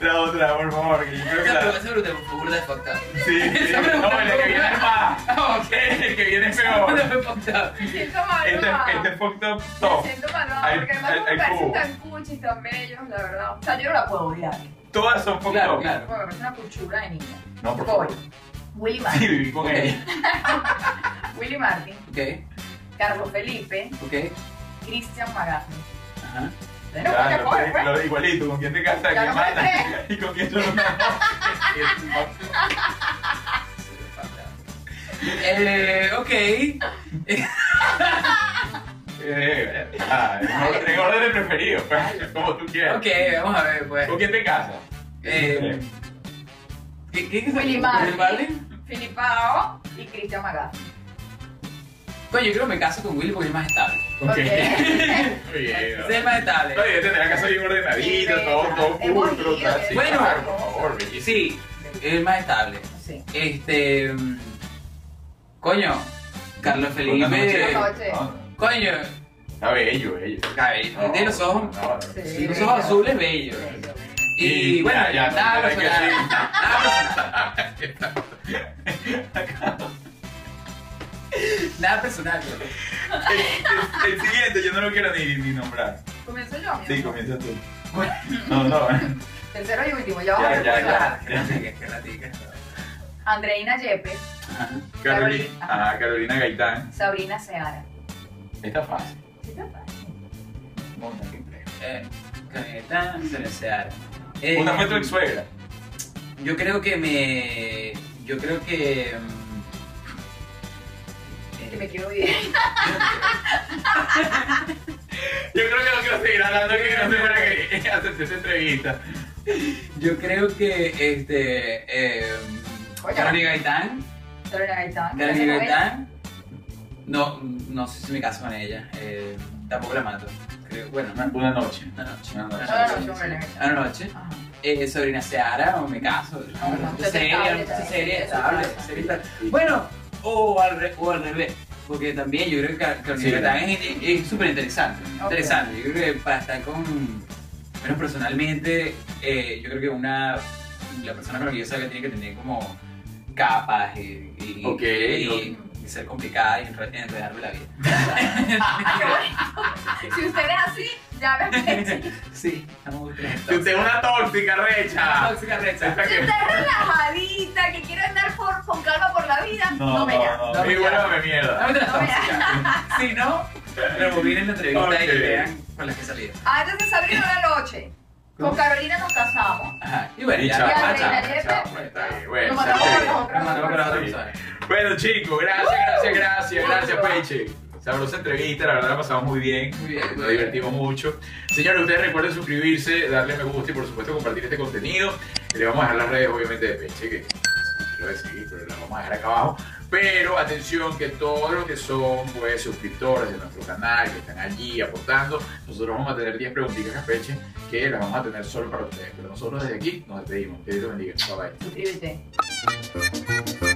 Speaker 1: La otra, por favor, que yo creo que
Speaker 3: Esa
Speaker 1: la.
Speaker 3: pregunta es burda de fucked up.
Speaker 1: Sí, sí.
Speaker 3: Esa pregunta
Speaker 1: No, el que viene es más.
Speaker 3: Ah, ok.
Speaker 1: El que viene es
Speaker 3: Esa
Speaker 1: peor.
Speaker 3: burda de fucked up.
Speaker 2: Me siento mal.
Speaker 1: Este, este es fucked up top.
Speaker 2: Me siento mal,
Speaker 1: Hay-
Speaker 2: porque además
Speaker 1: hay-
Speaker 2: como
Speaker 1: hay
Speaker 2: parecen
Speaker 1: cubo.
Speaker 2: tan cuchis, tan bellos, la verdad. O sea, yo no la puedo odiar.
Speaker 1: Todas son fucked
Speaker 3: Claro,
Speaker 1: up.
Speaker 3: claro.
Speaker 2: Porque me parece una cuchura de niña.
Speaker 1: No, por
Speaker 2: Paul.
Speaker 1: favor.
Speaker 2: Willy
Speaker 1: Sí,
Speaker 2: Martin.
Speaker 1: viví con ella.
Speaker 2: Willy Martin.
Speaker 3: Ok,
Speaker 2: Carlos Felipe.
Speaker 3: ok.
Speaker 2: Cristian Magasmo.
Speaker 3: Ajá.
Speaker 2: Bueno,
Speaker 1: Claro,
Speaker 2: ¿qué coge,
Speaker 1: sí,
Speaker 2: pues?
Speaker 1: lo- igualito, con quién te casas,
Speaker 2: Ya
Speaker 1: quién
Speaker 2: lo
Speaker 1: matas y con quién tú no
Speaker 3: Eh, ok.
Speaker 1: Eh, ah, en orden- en orden de preferido, pues, como tú quieras.
Speaker 3: Ok, vamos a ver, pues.
Speaker 1: ¿Con quién te casas?
Speaker 3: Eh, ¿Qué, qué, qué
Speaker 2: Willy Marley.
Speaker 3: Willy Marley?
Speaker 2: Filipao y Cristian Magasmo.
Speaker 3: Coño, yo creo que me caso con Willy porque es más estable.
Speaker 1: Ok.
Speaker 2: Ok.
Speaker 1: Muy bien.
Speaker 3: Ese es más estable.
Speaker 1: Está bien, tener la casa bien ordenadita,
Speaker 2: Sí,
Speaker 1: todo, todo
Speaker 2: hemos
Speaker 1: pulcro,
Speaker 2: ido,
Speaker 1: tal, sí,
Speaker 3: Bueno.
Speaker 1: claro, por favor, bellísimo.
Speaker 3: Sí, es más estable.
Speaker 2: Sí.
Speaker 3: Este. mm, Coño, Carlos
Speaker 1: Una noche-
Speaker 3: Felipe.
Speaker 2: Buenas noches.
Speaker 1: No, no,
Speaker 3: Coño,
Speaker 1: Está bello, bello.
Speaker 3: cabello.
Speaker 1: No,
Speaker 3: Tiene los ojos.
Speaker 1: no, no.
Speaker 2: Sí.
Speaker 3: Los ojos azules, bello. Y
Speaker 1: Y
Speaker 3: bueno,
Speaker 1: ya, ya,
Speaker 3: nada
Speaker 1: no, ya, ya,
Speaker 3: personal.
Speaker 1: ya.
Speaker 3: Nada personal. Nada personal, bro.
Speaker 1: El, el siguiente yo no lo quiero ni, ni nombrar.
Speaker 2: Comienzo yo, mi
Speaker 1: Sí,
Speaker 2: amor.
Speaker 1: comienza tú. No, no.
Speaker 2: Tercero y último. Ya
Speaker 1: Ya,
Speaker 2: vamos
Speaker 1: ya,
Speaker 2: a
Speaker 1: ya.
Speaker 2: empezar.
Speaker 3: Qué ratica, qué ratica.
Speaker 2: Andreina Yepes,
Speaker 3: Ajá.
Speaker 1: Carolina,
Speaker 2: Carolina.
Speaker 1: ajá, Carolina Gaitán.
Speaker 2: Sabrina Seara.
Speaker 1: Está fácil.
Speaker 2: ¿Sí te parece?
Speaker 1: No, no, qué complejo.
Speaker 3: Eh, Camioneta, se desearon.
Speaker 1: Una fue tu ex suegra.
Speaker 3: Eh, Yo creo que me. Yo creo que. mm,
Speaker 2: Que
Speaker 3: eh,
Speaker 2: me quiero ir.
Speaker 1: Yo creo que no quiero seguir hablando que no sé para qué hacerte esa entrevista.
Speaker 3: Yo creo que este. Eh,
Speaker 2: Oye.
Speaker 3: Carolina Gaitán.
Speaker 2: Sabrina Gaitán.
Speaker 3: Carolina Gaitán. No, no sé si me caso con ella. eh, tampoco la mato. Creo, bueno, una,
Speaker 1: Una noche.
Speaker 3: una noche. Ah,
Speaker 1: Una noche.
Speaker 2: Ah, Una noche, una noche.
Speaker 3: Una noche.
Speaker 2: Ajá.
Speaker 3: Eh, sobrina Seara o me caso.
Speaker 2: Ah,
Speaker 3: Una
Speaker 2: no,
Speaker 3: noche seria,
Speaker 2: estable,
Speaker 3: una noche
Speaker 2: estable,
Speaker 3: seria,
Speaker 2: estable.
Speaker 3: estable, seria y tal. Bueno, o al, re- o al revés. Porque también yo creo que Car- Carolina
Speaker 1: Sí,
Speaker 3: Gaitán es- es súper interesante.
Speaker 2: Ok.
Speaker 3: Interesante. Yo creo que para estar con. Bueno, personalmente, eh, yo creo que una. La persona con la que yo salga tiene que tener como capas y. y-
Speaker 1: Ok,
Speaker 3: y- y ser complicada y enre- enredarme la vida.
Speaker 2: Ah, Si usted es así, ya me Si
Speaker 3: sí, estamos
Speaker 1: Usted es una tóxica, recha.
Speaker 3: Tóxica recha.
Speaker 1: Esta que-
Speaker 2: usted es relajadita, que quiere andar por- con calma por la vida, no, me llame.
Speaker 1: no. Y bueno, me
Speaker 3: No
Speaker 1: mierda.
Speaker 3: me las
Speaker 2: No me
Speaker 3: tóxica. Si no, rebobiren la entrevista y
Speaker 1: Ok.
Speaker 3: vean con las que salí.
Speaker 2: Ah, entonces Sabrina una noche. Con Carolina nos casamos.
Speaker 3: Ajá. Y bueno,
Speaker 1: Y
Speaker 3: ya.
Speaker 1: chao,
Speaker 2: Ya,
Speaker 3: Ah,
Speaker 1: chao,
Speaker 2: Reina Yepes.
Speaker 1: chao, pues, está bien. Bueno,
Speaker 2: Nos matamos
Speaker 1: está
Speaker 2: con
Speaker 1: bien.
Speaker 2: las otras.
Speaker 3: Nos matamos con las otras, ¿sabes?
Speaker 1: Bueno, chicos, gracias, gracias, gracias,
Speaker 2: Uh.
Speaker 1: gracias, Peche. Sabrosa entrevista, la verdad la pasamos muy bien,
Speaker 3: Muy bien, muy
Speaker 1: nos
Speaker 3: bien.
Speaker 1: divertimos mucho. Señores, ustedes recuerden suscribirse, darle me gusta y por supuesto compartir este contenido. Le vamos a dejar las redes, obviamente, de Peche, que lo de seguir, pero la vamos a dejar acá abajo. Pero atención que todos los que son pues, suscriptores de nuestro canal, que están allí aportando, nosotros vamos a tener 10 preguntitas Campeche que las vamos a tener solo para ustedes. Pero nosotros desde aquí nos despedimos. Que Dios los bendiga. Bye bye.
Speaker 2: Suscríbete.
Speaker 1: Bye.